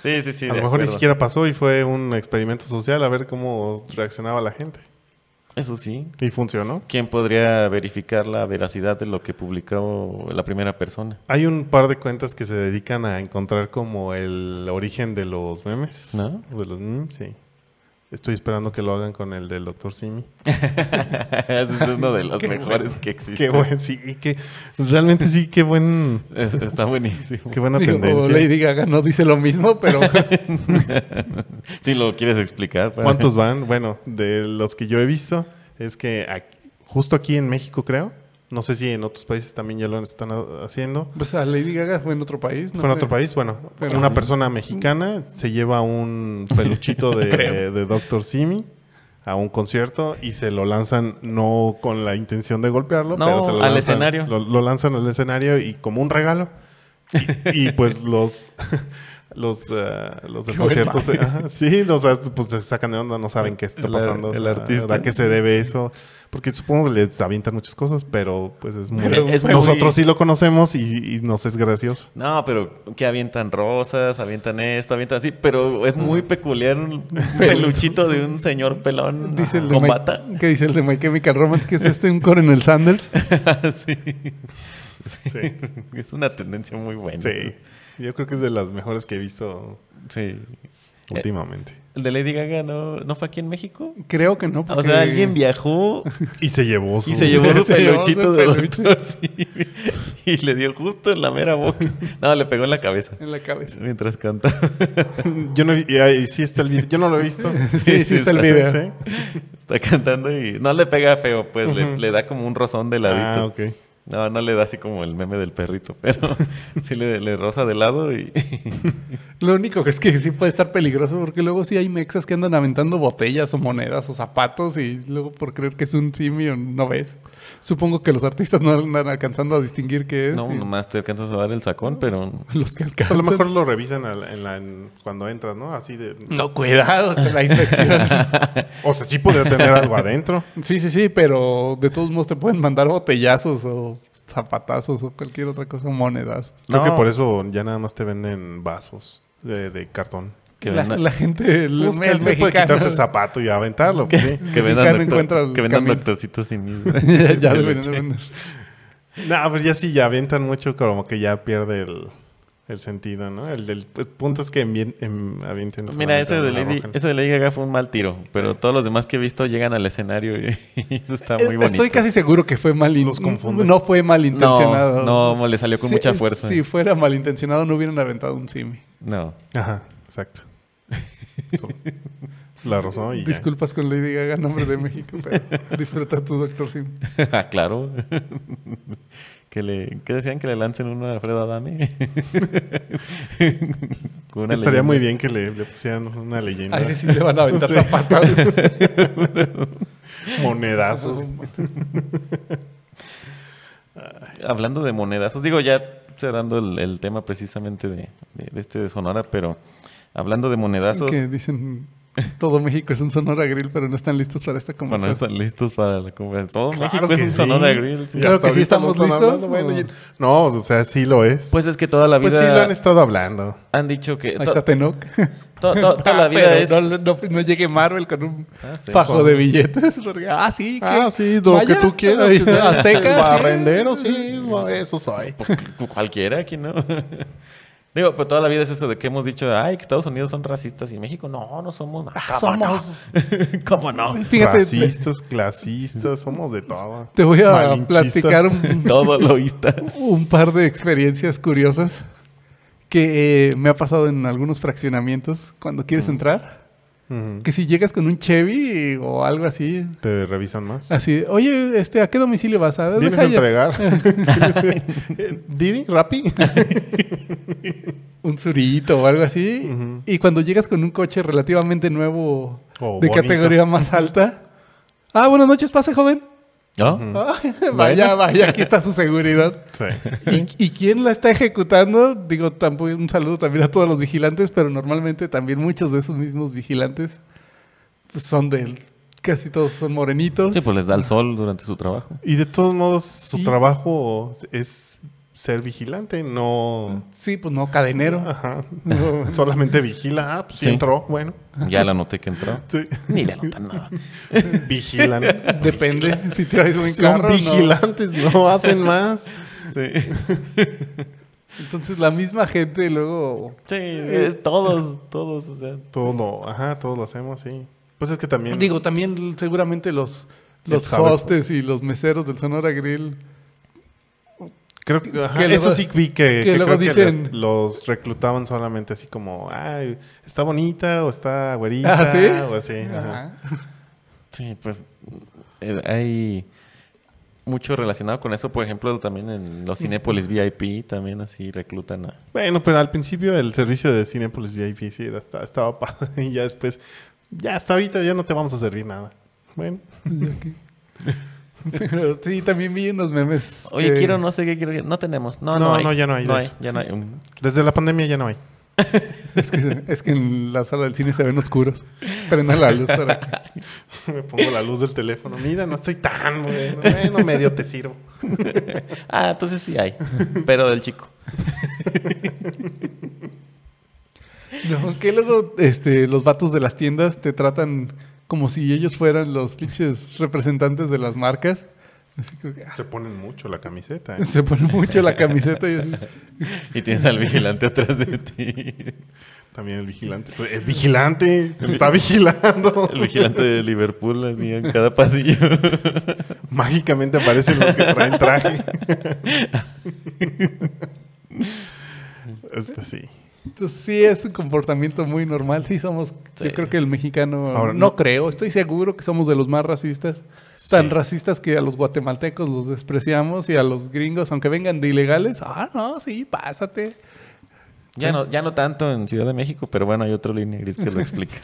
C: sí, sí, sí.
A: a lo
C: de
A: mejor ni
C: acuerdo.
A: siquiera pasó y fue un experimento social a ver cómo reaccionaba la gente.
C: Eso sí.
A: Y funcionó.
C: ¿Quién podría verificar la veracidad de lo que publicó la primera persona? [laughs]
A: Hay un par de cuentas que se dedican a encontrar como el origen de los memes.
C: ¿No?
A: De los memes, sí. Estoy esperando que lo hagan con el del Dr. Simi.
C: Ese es uno de los
B: Qué
C: mejores
A: [laughs]
C: que existe.
A: Qué buen, sí, y que realmente sí, qué buen,
C: Es- Está buenísimo. [laughs]
A: qué buena
B: Digo,
A: tendencia.
B: Lady Gaga no dice lo mismo, pero [laughs]
C: Si lo quieres explicar.
A: [laughs]
C: pues. para-
A: ¿Cuántos van? Bueno, de los que yo he visto, es que aquí- justo aquí en México, creo. No sé si en otros países también ya lo están ha- haciendo.
B: pues a Lady Gaga fue en otro país. ¿no?
A: Fue en otro país, bueno,
B: Pero
A: una
B: sí.
A: persona mexicana se lleva un peluchito de, de Dr. Simi a un concierto y se lo lanzan no con la intención de golpearlo,
C: No,
A: pero se lo
C: al
A: lanzan,
C: escenario.
A: Lo, lo lanzan al escenario y como un regalo. Y, y, pues los [laughs] los ah, los del
B: Qué buen
A: concierto se- ajá, sí, los as- pues se sacan de onda, no saben qué está
C: El ar-
A: pasando,
C: el
A: o sea,
C: artista.
A: a qué se debe eso, porque supongo que les avientan muchas cosas, pero pues es muy,
C: Pero es muy-
A: nosotros sí lo conocemos y- y nos es gracioso.
C: No, pero que avientan rosas, avientan esto, avientan así. Pero es muy peculiar un peluchito de un señor pelón
B: Dice el de
C: con
B: My-
C: bata.
B: ¿Qué dice el de My Chemical Romance? Que es este un Coronel Sanders.
C: [laughs] sí. Sí.
A: Sí.
C: Es una tendencia muy buena.
A: Sí, [laughs] yo creo que es de las mejores que he visto
C: Sí. Eh,
A: últimamente.
C: El de Lady Gaga no, no fue aquí en México.
B: Creo que no.
C: O sea, alguien viajó
A: Y se llevó
C: y se [laughs] llevó su
B: Se llevó su
C: peluchito de
B: peluche.
C: [laughs] doctor Simi y le dio justo en la mera boca. No, le pegó en la cabeza
B: En la cabeza.
C: mientras cantaba.
A: Yo no vi- y ahí sí está el video. Yo no lo he visto.
C: [laughs] Sí, sí está el
B: video.
A: sí.
C: Está cantando y no le pega feo, pues le,
A: Ujú.
C: le da como un rozón de ladito.
A: Ah, ok.
C: No, no le da así como el meme del perrito, [laughs] pero sí le, le roza de lado y
B: Lo único que es que sí puede estar peligroso porque luego sí hay mexas que andan aventando botellas o monedas o zapatos y luego por creer que es un simio no ves. Supongo que los artistas no andan alcanzando a distinguir qué es.
C: no,
B: y
C: nomás te alcanzas a dar el sacón, pero
B: [laughs] Los que
A: A
B: alcanzan.
A: lo mejor lo revisan al- en la- en- cuando entras, ¿no? Así de.
B: No, cuidado con la infección.
C: [laughs]
A: O sea, sí podría tener algo adentro.
B: sí, sí, sí, pero de todos modos te pueden mandar botellazos o zapatazos o cualquier otra cosa, monedazos.
A: Creo
C: No.
A: que por eso ya nada más te venden vasos de, de cartón.
C: que
B: la,
C: vendan-
B: la gente, el,
A: Busca,
B: el
A: se puede quitarse
B: mexicano, [laughs]
A: el zapato [laughs] y aventarlo. pues, sí.
C: que vendan,
B: Mexicano
C: doctor-
B: encuentra el
C: que vendan
B: camino.
C: doctorcitos sin [laughs] mí.
B: [laughs] ya deberían de vender.
A: No, pues ya sí, ya avientan mucho, como que ya pierde el, el sentido, ¿no? El del el punto es que ambien- em, avienten.
C: [laughs] Mira, ese de,
A: solamente
C: Lady,
A: arrojan.
C: ese de Lady Gaga fue un mal tiro, pero todos los demás que he visto llegan al escenario y, [laughs] y eso está muy
B: Eh,
C: bonito.
B: Estoy casi seguro que fue mal
A: Los confunde.
B: No fue malintencionado.
C: No, no, le salió con
B: Si-
C: mucha fuerza.
B: Si fuera malintencionado, no hubieran aventado un simi.
C: No. [laughs]
A: Ajá, exacto. Eso. La rozó y ya.
B: Disculpas con Lady Gaga, nombre de México,
A: [laughs]
B: pero disfruta tu doctor simi.
C: Ah, claro. [laughs] que le que decían que le lancen uno a Alfredo Adame. [laughs] Con una
A: Estaría
C: leyenda.
A: muy bien que le, le pusieran una leyenda.
B: A ese sí le van a aventar
A: Sí.
B: zapatos.
A: [laughs] Monedazos.
C: Hablando de monedazos, digo ya cerrando el, el tema precisamente de, de- de este de Sonora, pero hablando de monedazos,
B: que dicen Todo México es un Sonora Grill, pero no están listos para esta
C: Bueno,
B: conversación.
C: están listos para la conversación. Todo
A: Claro
C: México es
A: que
C: un
A: sí.
C: Sonora Grill. sí.
B: Ya. Claro que sí,
A: ahorita no
B: ¿estamos
A: están
B: listos?
A: hablando, bueno,
B: No.
A: ya- no, o sea, sí lo es. Pues,
C: Pues es que toda la vida
A: sí lo han estado hablando.
C: han dicho que...
B: Ahí
C: to-
B: está Tenoch.
C: to- to- toda la
B: [laughs] Ah,
C: vida
B: pero
C: es...
B: no, no- no llegue Marvel con un
C: Ah, sí.
B: fajo de billetes. porque, ah, sí. que-
A: Ah, sí, lo
B: vaya,
A: que tú quieras.
B: que
A: [laughs]
B: sea azteca, sí.
A: Barrendero, sí, eso soy.
C: Pues, cu- cualquiera aquí, ¿no? [laughs] Digo, pero toda la vida es eso de que hemos dicho, ay, que Estados Unidos son racistas y México, no, no somos. nada. ¿Cómo
B: Ah, somos-
C: [laughs] No?
B: [laughs]
C: ¿Cómo no?
B: Fíjate,
A: Racistas, clasistas, somos de todo.
B: [laughs] te voy a
A: Malinchistas.
B: platicar un,
C: Todo loísta.
B: un par de experiencias curiosas que eh, me ha pasado en algunos fraccionamientos cuando quieres entrar.
A: Ujú.
B: Que si llegas con un Chevy o algo así,
A: ¿Te revisan más?
B: así, oye, este, ¿a qué domicilio vas? A ver,
A: ¿Vienes
B: Ah, deja
A: a
B: ya".
A: entregar?
B: [laughs]
A: Eh, ¿Didi? ¿Rappi?
B: un surito o algo así.
A: Ujú.
B: Y cuando llegas con un coche relativamente nuevo
A: Oh,
B: de
A: bonito.
B: categoría más alta. Ah, buenas noches, pase joven. [laughs]
C: ¿No?
B: Ah, vaya, vaya, aquí está su seguridad.
A: Sí.
B: ¿Y, y quién la está ejecutando? Digo, tampoco un saludo también a todos los vigilantes, pero normalmente también muchos de esos mismos vigilantes pues, son del... Casi todos son morenitos.
C: Sí, pues les da el sol durante su trabajo.
A: Y de todos modos, su
B: Sí.
A: trabajo es ser vigilante, no...
B: Sí, pues no, cadenero.
A: Ajá. [laughs]
B: No.
A: Solamente vigila. Ah, pues sí
C: Sí.
A: entró. Bueno,
C: Ya la noté que entró.
B: [laughs]
A: sí.
C: Ni le notan nada.
A: Vigilan.
B: Depende [laughs] si traes buen
A: Son
B: carro o no.
A: vigilantes, no hacen más. Sí.
B: Entonces la misma gente luego
C: Sí, es todos, todos, o sea.
A: Todo lo, ajá, todos lo hacemos, sí. Pues es que también.
B: Digo, también seguramente los,
A: El
B: los
A: saber.
B: hostes y los meseros del Sonora Grill.
A: creo que, ajá,
B: que
A: eso
B: luego-
A: sí vi que,
B: que
A: que creo
B: luego
A: que
B: dicen-
A: les- los reclutaban solamente así como, ay, está bonita o está güerita
B: [laughs] Ah, ¿sí?
A: o así. ajá.
B: Ajá. [laughs]
C: Sí, pues eh, hay mucho relacionado con eso. Por ejemplo, también en los Cinépolis VIP también así reclutan a...
A: Bueno, pero al principio el servicio de Cinepolis VIP sí era- esta- estaba [laughs] padre y ya después, ya hasta ahorita ya no te vamos a servir nada. Bueno,
B: Pero sí, también vi unos memes.
C: Oye,
B: que-
C: quiero no sé qué quiero. No tenemos. No, no,
A: No,
C: hay.
A: no, ya no hay de
C: No hay,
A: eso.
C: ya no hay. Mm.
A: desde la pandemia ya no hay.
B: [laughs]
A: [laughs]
B: Es que, es que en la sala del cine se ven oscuros. Prendan la luz.
C: [laughs]
B: para que-
A: Me pongo la luz del teléfono. Mira, no estoy tan bueno. Bueno, medio te sirvo.
C: Ah, entonces sí
A: [laughs]
C: hay. Pero del chico.
B: No, que luego este, los vatos de las tiendas te tratan como si ellos fueran los pinches representantes de las marcas. Así que ah,
A: Se ponen mucho la
B: [laughs]
A: camiseta. ¿eh?
B: se pone mucho la camiseta. Y,
C: Y tienes al vigilante atrás de ti.
A: También el vigilante. Pues, Es vigilante. Está vigilando.
C: El vigilante de Liverpool, así en cada pasillo.
A: [laughs] Mágicamente aparecen los que traen traje. Este, sí.
B: Entonces, sí, es un comportamiento muy normal. Sí, somos.
C: Sí.
B: Yo creo que el mexicano.
A: Ahora,
B: no,
A: no-
B: creo, estoy seguro que somos de los más racistas. Tan
A: Sí.
B: racistas que a los guatemaltecos los despreciamos y a los gringos, aunque vengan de ilegales, ah, no, sí, pásate.
C: Ya no, ya no tanto en Ciudad de México, pero bueno, hay otra línea gris que lo
A: [laughs]
C: explica.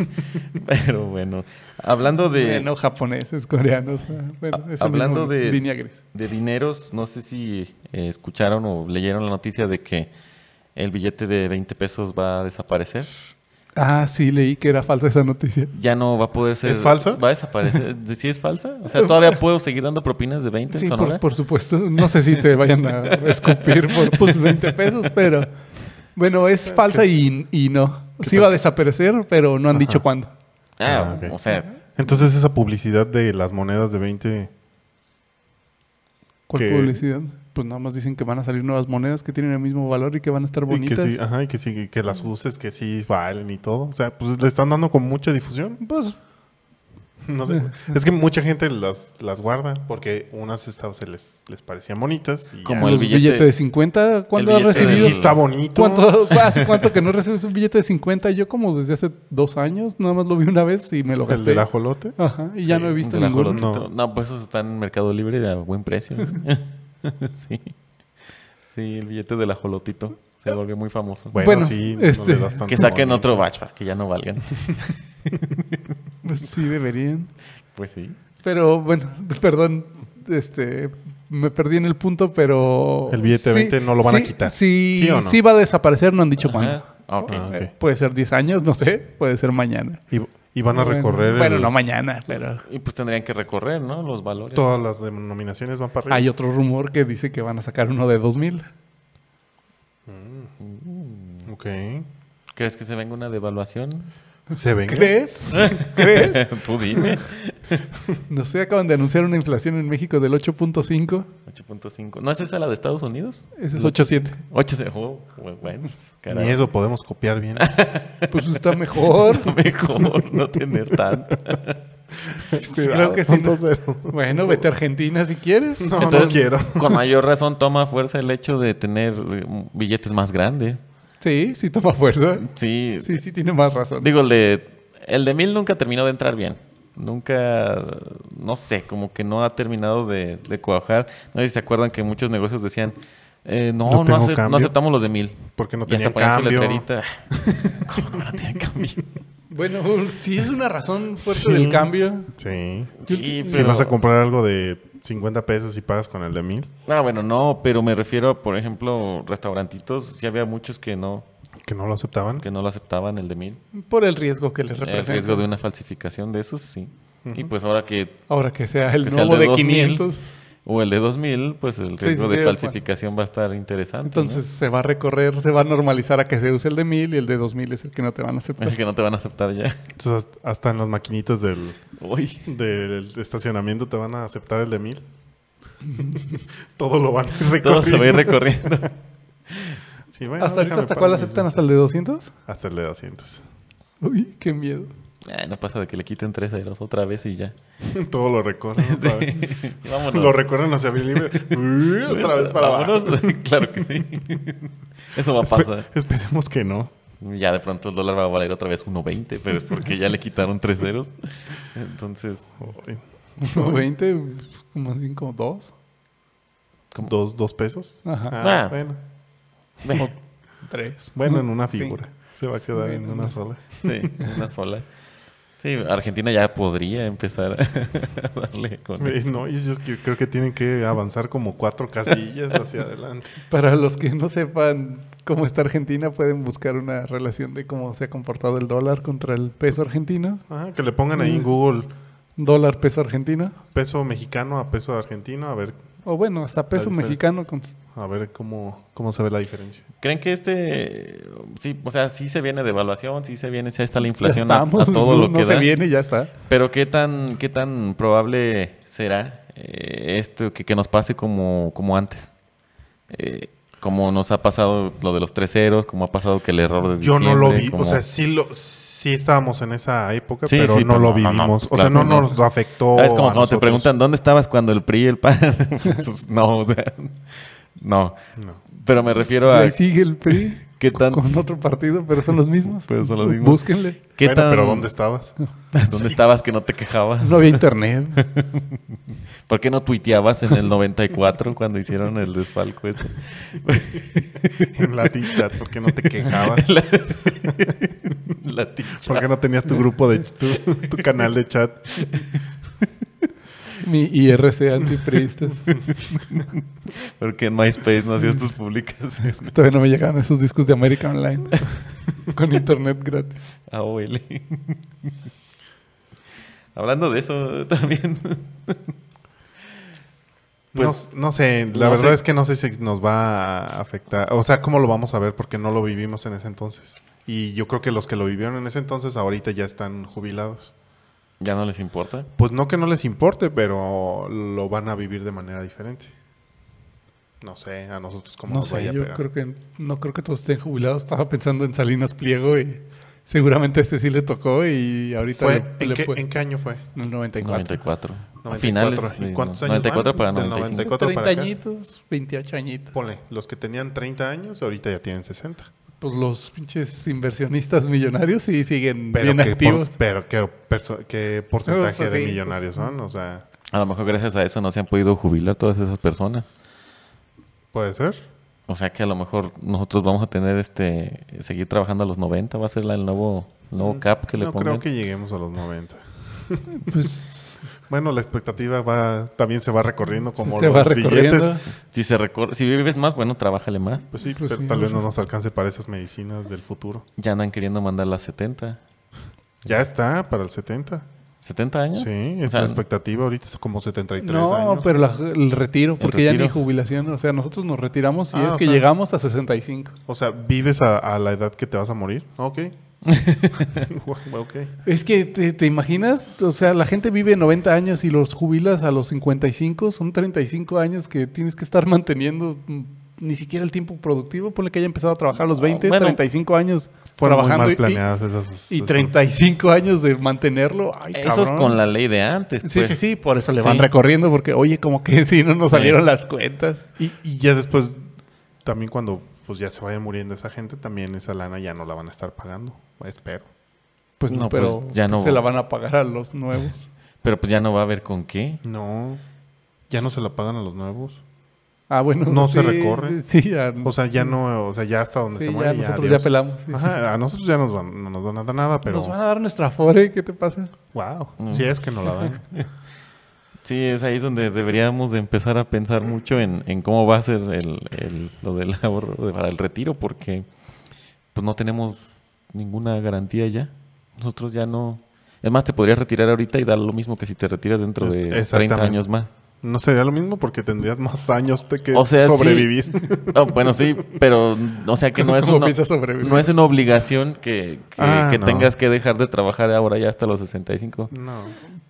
C: Pero bueno, hablando de,
B: Bueno, japoneses, coreanos. ah, bueno,
C: Ha-
B: esa
C: hablando
B: misma
C: de-
B: Línea gris.
C: de dineros, no sé si eh, escucharon o leyeron la noticia de que el billete de 20 pesos va a desaparecer.
B: Ah, sí, leí que era falsa esa noticia.
C: Ya no va a poder ser.
A: ¿Es falso?
C: Va
A: [laughs]
C: a desaparecer. ¿Sí es falsa? O sea, todavía puedo seguir dando propinas de 20 en
B: Sí, por,
C: Sonora?
B: por supuesto. No sé si te vayan a escupir por tus 20 pesos, pero bueno, es falsa y, y no. Sí va a desaparecer, pero no han dicho cuándo.
C: Ah,
A: Ah, ok.
C: o sea,
A: Entonces esa publicidad de las monedas de 20...
B: ¿Cuál
A: que-
B: publicidad? Pues nada más dicen que van a salir nuevas monedas que tienen el mismo valor y que van a estar
A: Y que,
B: bonitas.
A: sí, ah. ajá, y que sí, que las uses, que sí valen y todo. O sea, pues le están dando con mucha difusión. [laughs]
B: Pues
A: No sé. es que mucha gente las, las guarda porque unas esta- se les, les parecían bonitas. y
C: Como
A: ya.
C: el
B: el
C: billete-
B: pues, billete, de 50, ¿cuándo has
C: billete de
A: Ese sí
B: recibido?
A: está bonito.
B: ¿Cuánto, ¿Hace cuánto que no recibes un billete de 50? Yo como desde hace dos años, nada más lo vi una vez y me lo
A: ¿El
B: gasté.
A: del ajolote?
B: Ajá, y ya
A: Sí,
B: no he visto
C: de la
B: ninguno.
A: ninguno.
C: Jolotito. No. pues esos están en Mercado Libre a
A: [laughs]
C: buen precio. [laughs] sí. Sí, el billete del ajolotito se volvió muy famoso.
A: Bueno,
B: Bueno,
A: sí,
B: este-
A: no le das tanto
C: que saquen
A: movimiento.
C: otro batch para que ya
A: [laughs]
C: no valgan.
B: Pues sí, deberían.
C: Pues sí.
B: Pero bueno, [laughs] perdón, este, me perdí en el punto, pero...
A: El billete de 20 no lo van a
B: sí,
A: quitar.
B: Sí,
A: ¿Sí
B: ¿Sí,
A: o no?
B: va a desaparecer, no han dicho
C: Ajá.
B: cuándo.
C: Ok.
A: Ah.
B: Eh, Puede ser 10 años, no sé, puede ser mañana.
A: Y- Y van a
B: Bueno,
A: recorrer
B: Bueno,
A: el-
B: no mañana, pero.
C: Y pues tendrían que recorrer, ¿no? Los valores.
A: todas las denominaciones, van para arriba.
B: Hay otro rumor que dice que van a sacar uno de 2000.
A: Ok.
C: ¿Crees que se venga
A: [laughs]
C: una devaluación?
A: ¿Se venga? [laughs]
B: ¿Crees? ¿Crees?
C: [laughs] Tú dime.
B: No sé, acaban de anunciar una inflación en México del 8.5.
C: 8.5. ¿No es esa la de Estados Unidos?
B: Ese es 8.7.
C: 8 se oh, bueno, caray. [laughs]
A: Ni eso podemos copiar bien.
B: Pues está
A: [laughs]
B: mejor.
C: Está mejor no tener tanto.
B: Creo que sí.
A: Son
B: ¿no?
A: dos ceros.
B: Bueno, vete a Argentina si quieres.
A: No, no quiero.
C: Con mayor razón toma fuerza el hecho de tener eh, billetes más grandes.
B: Sí, sí toma fuerza.
C: Sí.
B: Sí, sí tiene más razón.
C: Digo, el de, el de mil nunca terminó de entrar bien. Nunca, no sé, como que no ha terminado de, de cuajar. No sé si se acuerdan que muchos negocios decían, eh, no,
A: No
C: no,
A: tengo
C: ace- no
A: cambio.
C: aceptamos los de mil.
A: Porque no
C: y hasta
A: tenían
C: ponían su
A: cambio. [laughs]
C: letrerita. ¿Cómo no van a tener cambio?
B: Bueno, [laughs] sí es una razón fuerte
A: Sí.
B: del cambio.
A: Sí.
C: Sí,
A: Si vas a comprar algo de 50 pesos y pagas con el de 1000,
C: Ah, bueno, no, pero me refiero a, por ejemplo, restaurantitos. Sí había muchos que no,
A: que no lo aceptaban.
C: que no lo aceptaban, el de mil.
B: Por el riesgo que les
C: El
B: representa.
C: riesgo de una falsificación de esos, sí. Y pues ahora que...
B: Ahora que sea el
C: Que sea el
B: nuevo
C: de
B: de,
C: 2000.
B: 500.
C: O el de 2000, pues el
B: Sí,
C: riesgo
B: sí,
C: de
B: sí,
C: falsificación va a estar interesante. ¿no?
B: Entonces se va a recorrer, se va a normalizar a que se use el de 1000 y el de 2000 es el que no te van a
C: [laughs]
B: aceptar.
C: Es que no te van a aceptar ya.
A: Entonces, hasta- hasta en las maquinitas del,
C: [laughs] Uy.
A: del estacionamiento te van a aceptar el de 1000. [laughs] Todo lo van a ir
C: Todo se va a ir
A: recorriendo.
C: recorriendo.
A: Sí, bueno,
B: ¿Hasta ahorita
A: déjame
B: hasta
A: para
B: cuál
A: mí
B: aceptan?
A: mismo.
B: ¿Hasta el de 200?
A: Hasta el de 200.
B: Uy, qué
C: [laughs]
B: miedo.
C: [laughs] Ay, no pasa de que le quiten tres ceros otra vez y ya.
A: [laughs] Todo lo recorren. otra vez.
C: Y vámonos.
A: Lo recorren hacia mi libre. [laughs] Otra vez para abajo.
C: Vámonos. [laughs] claro que sí. Eso va a
A: Espe-
C: pasar.
A: esperemos que no.
C: Ya de pronto el dólar va a valer otra vez 1.20, pero es porque ya le quitaron tres ceros. Entonces,
A: Uy.
B: 20, pues, como así, como 2,
C: ¿Cómo?
A: ¿Dos, dos pesos?
B: Ajá.
A: Ah,
C: Ah.
A: Bueno,
C: ve,
B: 3.
A: bueno, en una
B: Sí.
A: figura. Se va a
B: Sí,
A: quedar
B: bueno,
A: en
B: una-
A: una sola.
C: sí, una sola. Sí, Argentina ya podría empezar a [laughs] darle con
A: Eh,
C: eso.
A: No, ellos que- creo que tienen que avanzar como cuatro casillas hacia adelante.
B: [laughs] Para los que no sepan cómo está Argentina, pueden buscar una relación de cómo se ha comportado el dólar contra el peso argentino.
A: Ah, que le pongan
B: Mm.
A: ahí en Google
B: Dólar peso argentino.
A: peso mexicano a peso argentino, a ver,
B: O bueno, hasta peso
A: diferencia.
B: mexicano contra...
A: a ver cómo, cómo se ve la diferencia.
C: ¿Creen que este, sí, o sea, sí se viene devaluación, sí se viene, sí está la inflación
B: Ya
C: a, a
B: estamos, [laughs]
C: todo
B: no-
C: lo que
B: no se
C: da?
B: viene, ya está.
C: Pero qué tan, qué tan probable será eh, esto que, que nos pase como, como antes. Eh, como nos ha pasado lo de los tres ceros, como ha pasado que el error de
A: Yo no lo
C: diciembre,
A: vi,
C: como-
A: o sea, sí lo sí estábamos en esa época,
C: Sí,
A: pero
C: sí,
A: no
C: pero
A: lo
C: no, no,
A: vivimos.
C: no,
A: o
C: claro
A: sea, no
C: que no.
A: nos afectó.
C: Ah, es como
A: a
C: cuando te
A: nosotros.
C: preguntan dónde estabas cuando el PRI y el PAN. [laughs] Pues, no, o sea, no.
A: No.
C: Pero me refiero
B: Ahí
C: a
B: sigue el PRI
C: qué [laughs] tan,
B: con otro partido, pero son los mismos.
C: Pero son los mismos.
B: Búsquenle.
C: qué
A: Bueno,
C: tan-
A: pero ¿dónde estabas?
C: [laughs] dónde estabas que no te quejabas.
B: No había internet.
C: [laughs] ¿Por qué no tuiteabas en el 94 cuando hicieron el desfalco este?
A: en la Chat, porque no te
C: [laughs]
A: quejabas,
C: La ticha.
A: porque no tenías tu grupo de tu, tu canal de chat.
B: Mi IRC
C: [laughs]
B: antipriistas.
C: Porque en MySpace no hacías tus publicaciones. [laughs]
B: Todavía no me llegaban esos discos de América Online. con internet gratis.
C: AOL. [laughs] Hablando de eso [laughs] también. Pues-
A: no, no sé, la
C: no
A: verdad
C: sé.
A: es que no sé si nos va a afectar. O sea, ¿cómo lo vamos a ver? Porque no lo vivimos en ese entonces. Y yo creo que los que lo vivieron en ese entonces ahorita ya están jubilados.
C: Ya no les importa.
A: Pues no que no les importe, pero lo van a vivir de manera diferente. No sé, a nosotros cómo
B: No
A: nos
B: sé,
A: vaya a
B: yo
A: pegar.
B: creo que no creo que todos estén jubilados. Estaba pensando en Salinas Pliego y seguramente este sí le tocó y ahorita
A: ¿Fue?
B: le,
A: ¿En,
B: le
A: qué,
B: puede-
A: en qué año fue?
B: en el 94.
C: 94. A
A: 94.
C: finales.
A: ¿Y
C: de-
A: cuántos
C: no,
A: años
C: 94
A: van?
C: para
A: Del
C: 95.
A: 94
B: 30
A: para acá.
B: añitos, 28 añitos.
A: Ponle, los que tenían 30 años ahorita ya tienen 60.
B: Pues los pinches inversionistas millonarios sí siguen
A: Pero
B: bien
A: qué, por-
B: activos.
A: pero qué, perso- qué porcentaje
B: pues
A: de
B: sí,
A: millonarios
B: pues,
A: son, o sea,
C: A lo mejor gracias a eso no se han podido jubilar todas esas personas.
A: puede ser.
C: O sea que a lo mejor nosotros vamos a tener este seguir trabajando a los 90, va a ser la- el nuevo el nuevo cap que le
A: Mm, no
C: pongan.
A: creo que lleguemos a los 90.
B: Pues
A: Bueno, la expectativa va también se va recorriendo como
B: se
A: los
B: va
A: billetes.
B: recorriendo.
C: Si se recor- si vives más, bueno, trabájale más.
A: Pues sí,
B: Pues
A: pero
B: sí,
A: tal
B: no
A: vez
B: sé.
A: no nos alcance para esas medicinas del futuro.
C: Ya andan queriendo mandar las 70.
A: Ya está para el 70.
C: ¿70 años?
A: Sí,
C: O
A: es
C: sea,
A: la expectativa ahorita es como 73
B: No,
A: años.
B: pero la- el retiro, porque ya ni
C: retiro.
B: jubilación. O sea, nosotros nos retiramos y
A: Ah,
B: es
A: o
B: que
A: sea.
B: llegamos a 65.
A: O sea, ¿vives a, a la edad que te vas a morir?
B: [laughs]
A: Ok. Guau, ok.
B: Es que, te, te imaginas? O sea, la gente vive 90 años y los jubilas a los 55. Son 35 años que tienes que estar manteniendo mm, ni siquiera el tiempo productivo. Ponle que haya empezado a trabajar a los 20,
C: Bueno,
B: 35 años
A: Fueron
B: trabajando
A: muy mal
B: y-
A: planeadas esas.
B: y,
A: esas-
B: 35 años de mantenerlo. Ay,
C: Eso es
B: cabrón.
C: con la ley de antes.
B: Sí,
C: pues.
B: sí, sí, por eso le van
C: Sí.
B: recorriendo porque, oye, como que [laughs] sí, no nos
C: Sí.
B: salieron las cuentas.
A: Y, y ya después, también cuando pues ya se vaya muriendo esa gente, también esa lana ya no la van a estar pagando. Espero.
B: Pues no,
C: No,
B: pero
C: pues, ya no.
B: se la van a pagar a los nuevos.
A: [laughs]
C: Pero pues ya no va a haber con qué.
A: No. Ya no se la pagan a los nuevos.
B: Ah, bueno.
A: No se recorre.
B: Sí, ya,
A: O sea, ya no, o sea, ya hasta donde
B: sí,
A: se
B: ya
A: muere. ya,
B: nosotros
A: adiós.
B: ya pelamos. sí.
A: Ajá, a nosotros ya nos van, no nos van a dar nada, pero
B: Nos van a dar nuestra Fore, ¿qué te pasa?
A: wow,
C: Mm.
A: si es que no la
B: [laughs]
A: dan.
C: Sí, es ahí donde deberíamos de empezar a pensar mucho en, en cómo va a ser el, el- lo del ahorro de- para el retiro, porque pues no tenemos ninguna garantía ya. Nosotros ya no... Es más, te podrías retirar ahorita y dar lo mismo que si te retiras dentro
A: Es-
C: de 30
A: exactamente.
C: años más.
A: No sería lo mismo porque tendrías más años de que
C: O sea, sí.
A: sobrevivir.
C: [laughs] Oh, bueno, sí, pero o sea que no es,
B: ¿Cómo
C: una,
B: piensas sobrevivir?
C: no es una obligación que, que-
A: Ah,
C: que
A: no.
C: tengas que dejar de trabajar ahora ya hasta los 65.
A: No.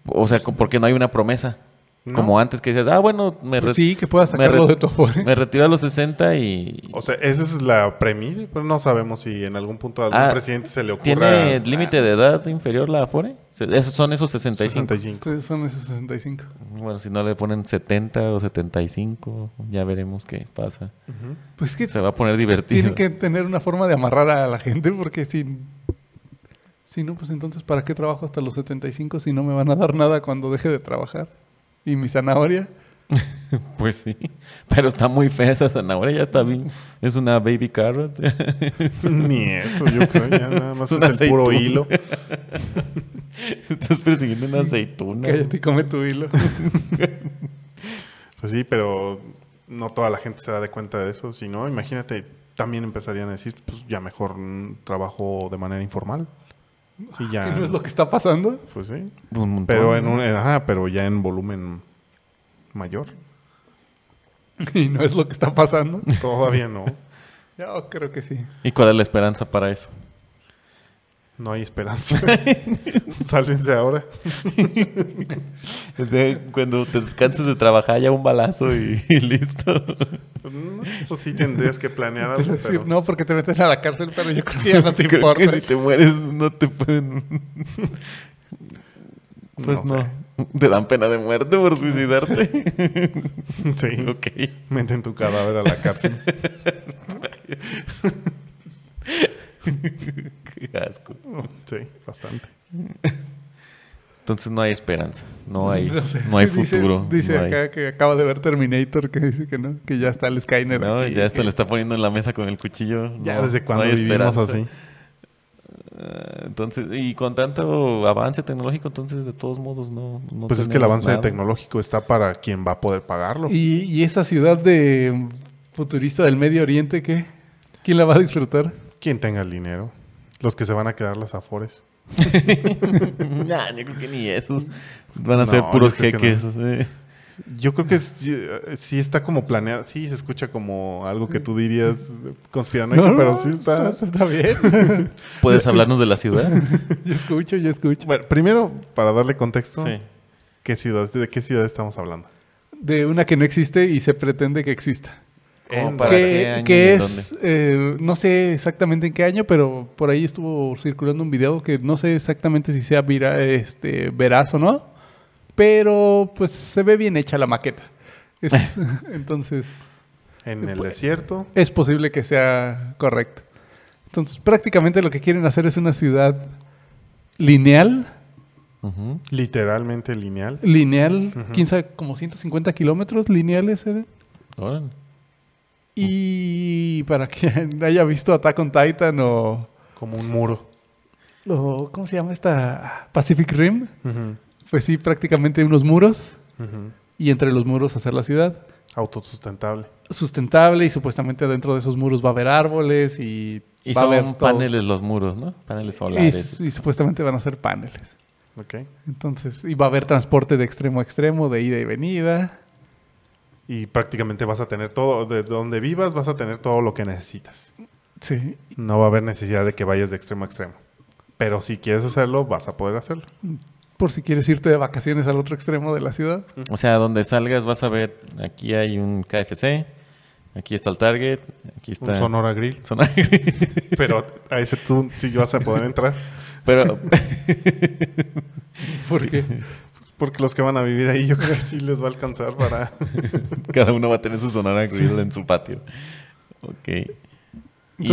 C: O sea, co- porque no hay una promesa.
A: No.
C: Como antes que decías, ah, bueno, me, re-
B: Pues sí, que puedas
C: me
B: sacarlo
C: re-
B: de tu Afore.
C: me retiro a los 60 y...
A: O sea, esa es la premisa, pero no sabemos si en algún punto a algún
C: Ah,
A: presidente se le ocurra
C: ¿Tiene límite de edad inferior la Afore? Se- Esos son esos 65. [laughs]
A: 65.
B: Sí, Son esos 65.
C: Bueno, si no le ponen 70 o 75, ya veremos qué pasa.
B: Pues que
C: Se va a poner divertido.
B: tienen que tener una forma de amarrar a la gente porque si... Si no, pues entonces, ¿para qué trabajo hasta los 75 si no me van a dar nada cuando deje de trabajar? ¿Y mi zanahoria?
C: [laughs] Pues sí. Pero está muy fea esa zanahoria, ya está bien. Es una baby carrot.
A: Ni eso, yo creo, ya nada más
C: Es
A: es,
C: una
A: el puro
C: aceituna.
A: hilo.
C: [laughs] Estás persiguiendo una aceituna.
B: Cállate y come tu hilo.
A: Pues sí, pero no toda la gente se da de cuenta de eso. Si no, imagínate, también empezarían a decir, pues ya mejor mm, trabajo de manera informal.
B: [laughs]
A: Y ya.
B: ¿Qué no es lo que está pasando? [laughs]
A: Pues sí.
C: Un montón.
A: Pero en un, en- ajá, pero ya en volumen
B: [laughs]
A: mayor.
B: Y no es lo que está
A: [laughs]
B: pasando.
A: Todavía no.
B: Yo creo que sí.
C: ¿Y cuál es la esperanza para [laughs] eso?
A: No hay
B: [laughs]
A: esperanza. Sálense ahora.
C: O sea, cuando te canses de trabajar ya un balazo y, [laughs] y listo.
A: Pues, no, pues sí tendrías que planear
B: Te
A: algo,
B: iba a decir,
A: Ah, pero-
B: no, porque te meten a la cárcel, pero yo creo que
A: [laughs]
B: ya no te
C: [laughs] Creo que
B: importa.
C: si te mueres no te pueden... Pues
A: No
C: no.
A: sé.
C: Te dan pena de muerte por
B: [laughs]
C: suicidarte.
A: [laughs] Sí.
C: ok. [laughs]
A: Meten tu cadáver a la cárcel.
B: [laughs]
C: Qué asco.
A: Sí, bastante.
C: Entonces no hay esperanza.
B: [laughs]
C: No hay, no
B: sé.
C: hay
B: Dice-
C: futuro.
B: Dice,
C: no hay-
B: acá que acaba de ver Terminator, que dice que no, que ya está el Skynet.
C: No,
B: aquí.
C: ya esto le está poniendo en la mesa con el cuchillo.
A: Ya
C: No,
A: desde
C: no
A: cuando
C: hay
A: vivimos
C: esperanza.
A: así.
C: Ah, Entonces, y con tanto avance tecnológico, entonces de todos modos no. no
A: Pues es que el avance
C: tenemos nada.
A: tecnológico está para quien va a poder pagarlo.
B: Y, y esa ciudad de futurista del Medio Oriente, ¿qué? ¿Quién la va a disfrutar?
A: Quien tenga el dinero. Los que se van a quedar las afores.
C: [laughs] Nah, yo creo que ni esos. Van a
A: No,
C: ser
A: yo
C: puros
A: creo que no.
C: jeques. eh.
A: Yo creo que
B: Mm.
A: sí, eh, sí está como planeado. Sí, se escucha como algo que tú dirías eh, conspiranoico,
B: Mm. [laughs] No, no,
A: pero sí está.
B: Está bien. [laughs]
C: ¿Puedes hablarnos de la
A: [laughs]
C: ciudad?
B: yo escucho, yo escucho.
A: Bueno, primero, para darle contexto,
C: sí.
A: ¿qué ciudad, ¿de qué ciudad estamos hablando?
B: De una que no existe y se pretende que exista.
A: ¿Cómo
C: ¿Para
B: que,
C: qué año
B: que
C: y en
B: es, eh, no sé exactamente en qué año, pero por ahí estuvo circulando un video que no sé exactamente si sea vira- este, veraz o no, pero pues se ve bien hecha la maqueta.
C: [laughs]
B: Es- [laughs] entonces
A: En el
B: Pues-
A: desierto.
B: es posible que sea correcto. Entonces prácticamente lo que quieren hacer es una ciudad lineal,
C: Ujú.
A: Literalmente lineal.
B: lineal,
A: Ujú.
B: 15, como 150 kilómetros lineales eran.
C: Órale.
B: Y para quien [laughs] haya visto Attack on Titan o...
A: Como un muro.
B: o- ¿Cómo se llama esta? Pacific Rim. Pues sí, prácticamente unos muros
A: Ujú.
B: y entre los muros hacer la ciudad.
A: Autosustentable.
B: sustentable y supuestamente dentro de esos muros va a haber árboles y,
C: Y
B: va a haber
C: son
B: todos.
C: paneles los muros, ¿no? Paneles
B: Y,
C: solares.
B: s- y supuestamente van a ser paneles.
A: Ok.
B: Entonces, y va a haber transporte de extremo a extremo, de ida y venida.
A: Y prácticamente vas a tener todo, de donde vivas vas a tener todo lo que necesitas.
B: Sí,
A: No va a haber necesidad de que vayas de extremo a extremo. Pero si quieres hacerlo, vas a poder hacerlo.
B: por si quieres irte de vacaciones al otro extremo de la ciudad.
C: O sea, donde salgas vas a ver, aquí hay un KFC, aquí está el Target, aquí está...
A: Un Sonora Grill.
C: Sonora. [laughs]
A: Pero a ese tú sí vas a poder entrar.
C: Pero [laughs]
B: Porque
A: Porque los que van a vivir ahí yo creo que sí les va a alcanzar para...
C: cada uno va a tener su Sonora Grill en su patio. Ok. ¿Y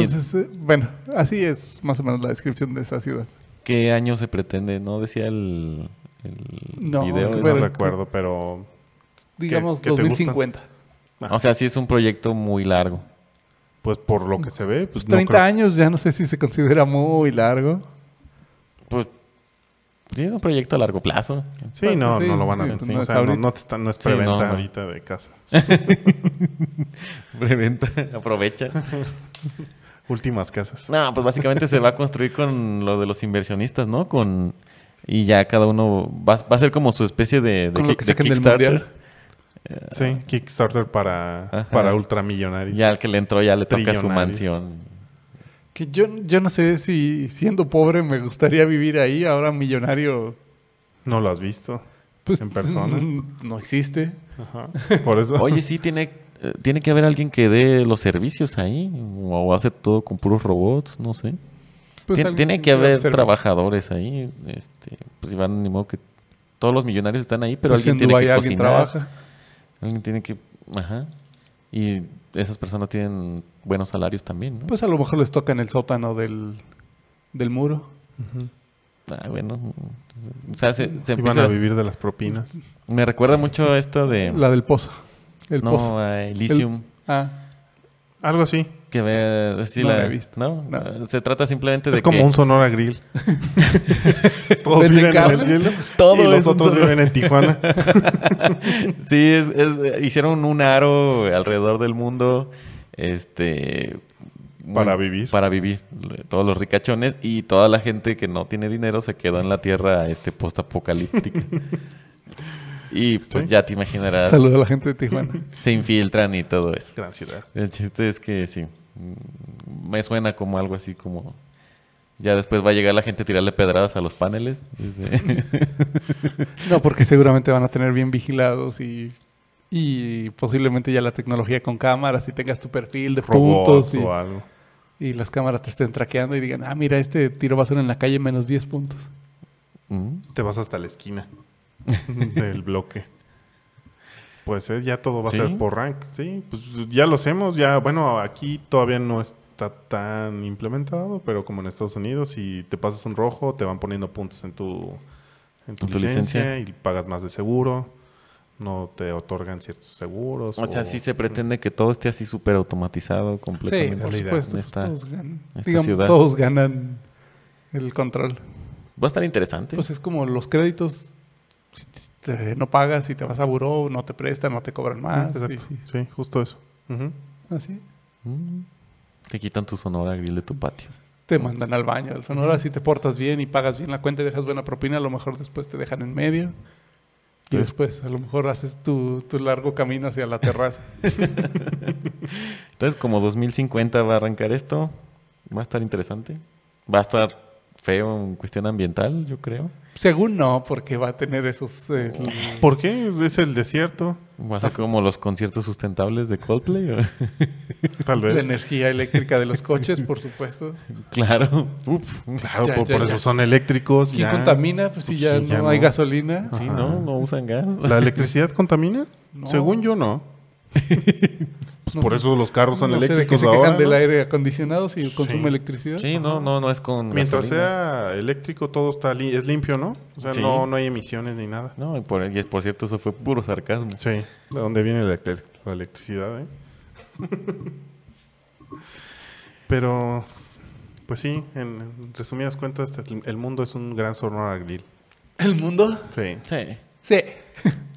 B: entonces, eh, bueno, así es más o menos la descripción de esa ciudad.
C: qué año se pretende? ¿No decía el, el
B: No,
C: video?
A: No
B: Pero-
A: recuerdo, pero...
B: Digamos
A: qué te gusta?
B: 2050.
C: O sea, sí es un proyecto muy largo.
A: Pues por lo que se ve, pues no
B: 30
A: creo-
B: años ya no sé si se considera muy largo.
C: Pues sí es un proyecto a largo plazo. [laughs]
A: Sí, no,
B: pues, Sí,
A: no lo van a
B: sí,
A: hacer.
B: sí,
A: O
B: no
A: sea, no,
B: es ahorita.
A: no te está- no es
C: Sí, no,
A: preventa
C: no.
A: ahorita de casa.
C: Preventa, [laughs] aprovecha.
A: [laughs] Últimas casas.
C: No, pues básicamente se va a construir con lo de los inversionistas, ¿no? Con y ya cada uno va, va a ser como su especie de, de
B: Con lo
C: kick-
B: que
C: de
B: saquen del
C: Kickstarter.
B: mundial.
C: Eh,
A: Sí, Kickstarter para,
C: Ajá.
A: para ultramillonarios.
C: Ya al que le entró ya le toca su
A: Trillonarios.
B: [laughs]
C: mansión.
B: Que yo, yo no sé si siendo pobre me gustaría vivir ahí, ahora millonario.
A: No lo has visto.
B: Pues,
A: En persona.
B: No existe.
A: [laughs] Ajá. Por eso.
C: Oye, sí tiene eh, tiene que haber alguien que dé los servicios ahí o hace todo con puros robots, no sé.
B: Pues,
C: Tien-
B: algo
C: tiene que
B: dar
C: haber
B: servicio.
C: trabajadores ahí, este, pues Iván ni modo que todos los millonarios están ahí, pero
B: Pues,
C: alguien
B: en
C: tiene
B: Dubái
C: que
B: alguien
C: cocinar.
B: trabaja.
C: Alguien tiene que. Ajá. Y esas personas tienen buenos salarios también, ¿no?
B: Pues a lo mejor les toca en el sótano del, del muro.
A: Ujú.
C: Ah, bueno. O sea, se,
A: [laughs]
C: se
A: Iban
C: empieza-
A: a vivir de las propinas.
C: Me recuerda mucho a esta de.
B: La del pozo. El
C: no,
B: pozo.
C: a Elysium.
B: Ah,
A: Algo así.
C: Que ve. sí,
B: No
C: la-
B: la he visto.
C: ¿no?
B: No.
C: Se trata simplemente de
A: Es como
C: que
A: un Sonora
C: [laughs]
A: Grill. Todos
B: ¿Venden
A: viven en
B: carne?
A: el cielo.
C: Todo
A: y
C: es
A: los
C: un
A: otros
C: Sonora.
A: viven en
C: [laughs]
A: Tijuana.
C: Sí, es, es- eh, hicieron un aro alrededor del mundo. Este. muy-
A: Para vivir.
C: Para vivir. Le- Todos los ricachones y toda la gente que no tiene dinero se quedó en la tierra
A: [laughs]
C: este, postapocalíptica. y pues
A: Sí.
C: ya te imaginarás.
B: saludo a la gente de
C: [laughs]
B: Tijuana.
C: Se infiltran y todo eso.
A: Gran ciudad.
C: El chiste es que sí. mm, Me suena como algo así como. Ya después va a llegar la gente a tirarle pedradas a los paneles.
A: [laughs]
C: Dice, [laughs]
B: No, porque seguramente van a tener bien vigilados y, y posiblemente ya la tecnología con cámaras y tengas tu perfil de
A: Robots
B: puntos y,
A: o algo.
B: y las cámaras te estén traqueando y digan, ah, mira, este tiro va a ser en la calle menos 10 puntos.
C: "Mm,
A: Te vas hasta la
C: [laughs]
A: esquina del bloque. Puede ser, ya todo va
C: ¿Sí?
A: a ser por rank. Sí, pues ya lo hacemos. Ya, bueno, aquí todavía no está tan implementado, pero como en Estados Unidos, si te pasas un rojo, te van poniendo puntos en tu, en tu,
C: ¿En tu
A: licencia,
C: licencia?
A: y pagas más de seguro. No te otorgan ciertos seguros.
C: O sea, sí se pretende que todo esté así súper automatizado
B: Sí,
C: completamente.
A: Es
B: por
A: la idea.
B: supuesto.
C: En
B: pues
C: esta-
B: todos, ganan,
C: esta
B: digamos,
C: ciudad.
B: todos ganan el control.
C: Va a estar interesante.
B: Pues es como los créditos. si te- no pagas y te vas a buró, no te prestan, no te cobran más.
A: Ah, Exacto.
B: y sí.
A: Sí, justo eso. Ujú.
B: Así.
C: Mm. Te quitan tu sonora grill de tu patio.
B: Te mandan al baño del Sonora. Si te portas bien y pagas bien la cuenta y dejas buena propina, a lo mejor después te dejan en medio. Y
A: Sí.
B: después a lo mejor haces tu, tu largo camino hacia la terraza.
C: Entonces, como 2050 va a arrancar esto, va a estar interesante. Va a estar feo en cuestión ambiental, yo creo.
B: Según no, porque va a tener esos... eh,
A: ¿Por qué? Es el desierto,
C: Va a ser como los conciertos sustentables de Coldplay. [laughs] ¿o?
A: tal
B: la
A: vez.
B: energía eléctrica de los coches, por supuesto.
A: [laughs]
C: claro. Uf.
A: Claro,
B: Ya,
A: por,
B: ya,
A: por
B: ya.
A: eso son eléctricos.
B: ¿Quién
A: ya.
B: contamina? Pues si
A: Pues,
B: ya,
A: sí, ya
B: no hay
A: no. Ah,
B: gasolina.
C: Sí,
A: Ajá.
C: ¿no? No usan gas.
A: ¿La electricidad contamina?
B: [laughs] No.
A: Según yo, no. Pues
B: No
A: por
B: sé.
A: eso los carros son
B: No sé de qué
A: eléctricos
B: se quejan
A: ahora.
B: del
A: ¿no?
B: aire acondicionado si
A: Sí.
B: consume electricidad.
C: Sí, no, no, no es con
A: Mientras
C: gasolina.
A: sea eléctrico, todo está li- es limpio, ¿no? O sea,
C: Sí.
A: no, no hay emisiones ni nada.
C: No, y por, y por cierto, eso fue puro sarcasmo.
A: Sí, de dónde viene la, electri- la electricidad, ¿eh? [laughs] Pero, pues sí, en, en resumidas cuentas, el- el mundo es un gran sonora grill.
B: ¿El mundo?
A: Sí.
C: Sí.
B: Sí.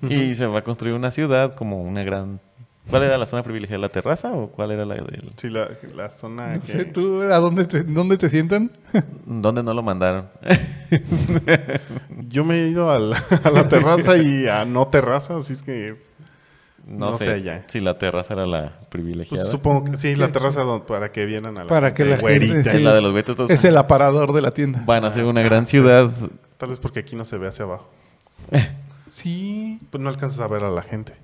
C: Y se va a construir una ciudad como una gran ¿Cuál era la zona privilegiada? ¿La terraza o cuál era la del...
A: Sí, la, la zona
B: No
A: que...
B: sé, ¿tú a dónde te, dónde te sientan?
C: ¿Dónde no lo mandaron?
A: Yo me he ido a la, a la terraza y a no terraza, así es que...
C: No,
A: No
C: sé,
A: sé ya.
C: si la terraza era la
A: Pues
C: privilegiada.
A: supongo que sí, la terraza don- para que vieran a la
B: Para que
A: gente
B: la gente-
A: güerita.
C: es
B: sí.
C: la de los güeyes. todos
B: Es el aparador de la tienda.
C: Van a ser una gran ciudad.
A: Tal vez porque aquí no se ve hacia abajo.
B: Sí.
A: Pues no alcanzas a ver a la gente.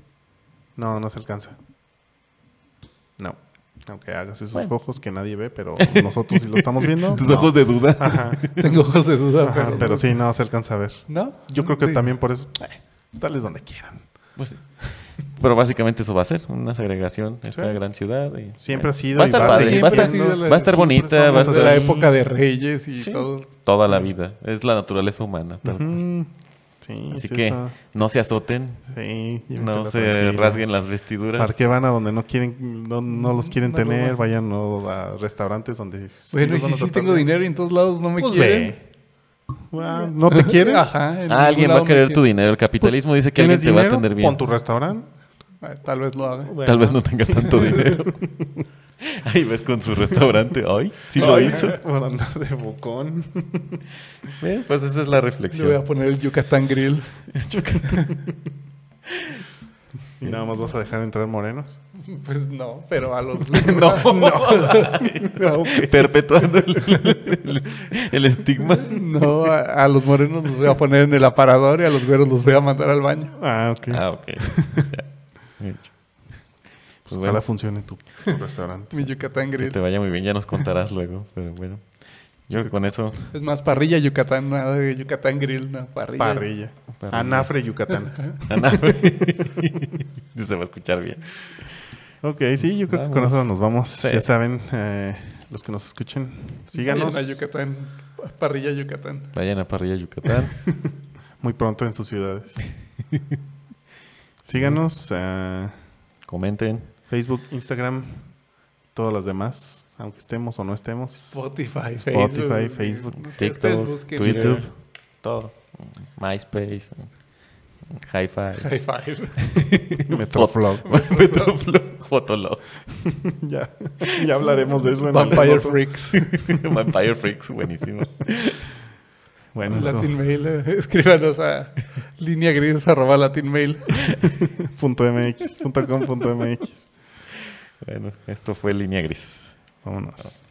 A: No, no se alcanza. No. Aunque hagas esos ojos que nadie ve, pero nosotros sí lo estamos
B: [laughs]
A: viendo.
C: Tus
A: no.
C: ojos de duda.
A: Ajá,
B: Tengo ojos de duda,
A: ajá,
B: pero,
A: pero sí, no se alcanza a ver.
B: ¿No?
A: Yo creo que
B: Sí.
A: también por eso. eh, dales donde quieran.
C: Pues sí. Pero básicamente eso va a ser, una segregación, esta gran ciudad. y-
A: Siempre ha sido
C: Va a
A: y
C: estar
A: va a
C: padre,
A: seguir
C: va a estar,
A: siendo.
C: va a estar
A: Siempre
C: bonita,
A: somos
C: va a
A: así.
B: De la
C: estar
B: época de reyes y
C: Sí.
B: todo.
C: toda la vida. Es la naturaleza humana. tal cual.
A: Ujú. Sí,
C: Así
A: es
C: que
A: eso.
C: no se azoten,
A: Sí, llévensela
C: no se
A: tranquila.
C: rasguen las vestiduras.
A: ¿Para qué van a donde no quieren, no, no los quieren
B: No, no,
A: tener?
B: no.
A: Vayan no, a restaurantes donde. sí
B: Bueno,
A: los
B: y
A: van
B: si
A: a
B: sí
A: tratar
B: tengo
A: bien.
B: dinero y en todos lados no me
A: Pues
B: quieren.
A: ve. Ah, ¿No te quieren?
B: [laughs] Ajá. en
C: Ah,
B: ningún
C: alguien va a
B: lado me
C: querer tu
B: quiere.
C: dinero. El capitalismo dice que alguien
A: Pues, ¿Tienes
C: te va a
A: dinero?
C: atender bien.
A: Pon tu restaurante.
B: Ah, Tal vez lo haga.
C: Tal vez no tenga tanto dinero. [laughs] Ahí ves con su restaurante. Ay, sí lo hizo.
A: [laughs] Por andar de bocón.
C: Eh, Pues esa es la
B: Le voy a
C: reflexión.
B: poner el Yucatán Grill.
A: Y nada más vas a dejar entrar morenos.
B: Pues no, pero a [laughs] los...
C: [laughs] No,
A: [laughs] Ah, ok.
C: Perpetuando el, el- el estigma.
B: No, a, a los morenos los voy a poner en el aparador y a los güeros los voy a mandar al baño.
A: Ah, ok.
C: Ah, ok. Ya. Pues
A: Ojalá
C: bueno,
A: funcione tu, tu restaurante.
B: [laughs] Mi Yucatán
C: que
B: Grill.
C: te vaya muy bien. Ya nos contarás luego. Pero bueno, yo creo que con eso.
B: Es más, parrilla Yucatán, nada de Yucatán Grill, no, parrilla.
A: Parrilla.
C: Parrilla.
A: Anafre, Yucatán.
C: [laughs] Ana, se va a escuchar bien.
A: ok, sí, yo creo que con
C: Vamos.
A: eso nos vamos.
C: Sí.
A: Ya saben, eh, los que nos escuchen, síganos
B: Vayan a Yucatán, parrilla Yucatán.
C: Vayan a Parrilla Yucatán.
A: muy pronto en sus
C: [laughs]
A: ciudades. síganos. eh,
C: Comenten.
A: Facebook, Instagram, todas las demás, aunque estemos o no estemos. [laughs]
B: Spotify, Facebook.
A: Spotify, Facebook,
B: No sé, ustedes
C: TikTok,
B: busquen.
C: Twitter,
A: YouTube.
C: todo. MySpace, Hi-Fi,
B: High [laughs] five.
C: [laughs]
A: Metroflog.
C: Metroflog, Fotolog,
A: [laughs]
C: [laughs]
A: ya, ya hablaremos de eso en el
B: Vampire
A: otro.
B: Freaks.
C: Vampire Freaks, buenísimo.
A: Bueno, eso.
B: Latinmail. eh, [laughs] Escríbanos a línea gris arroba latinmail.
A: punto .mx, punto .com, punto .mx.
C: Bueno, esto fue Línea Gris.
A: Vámonos.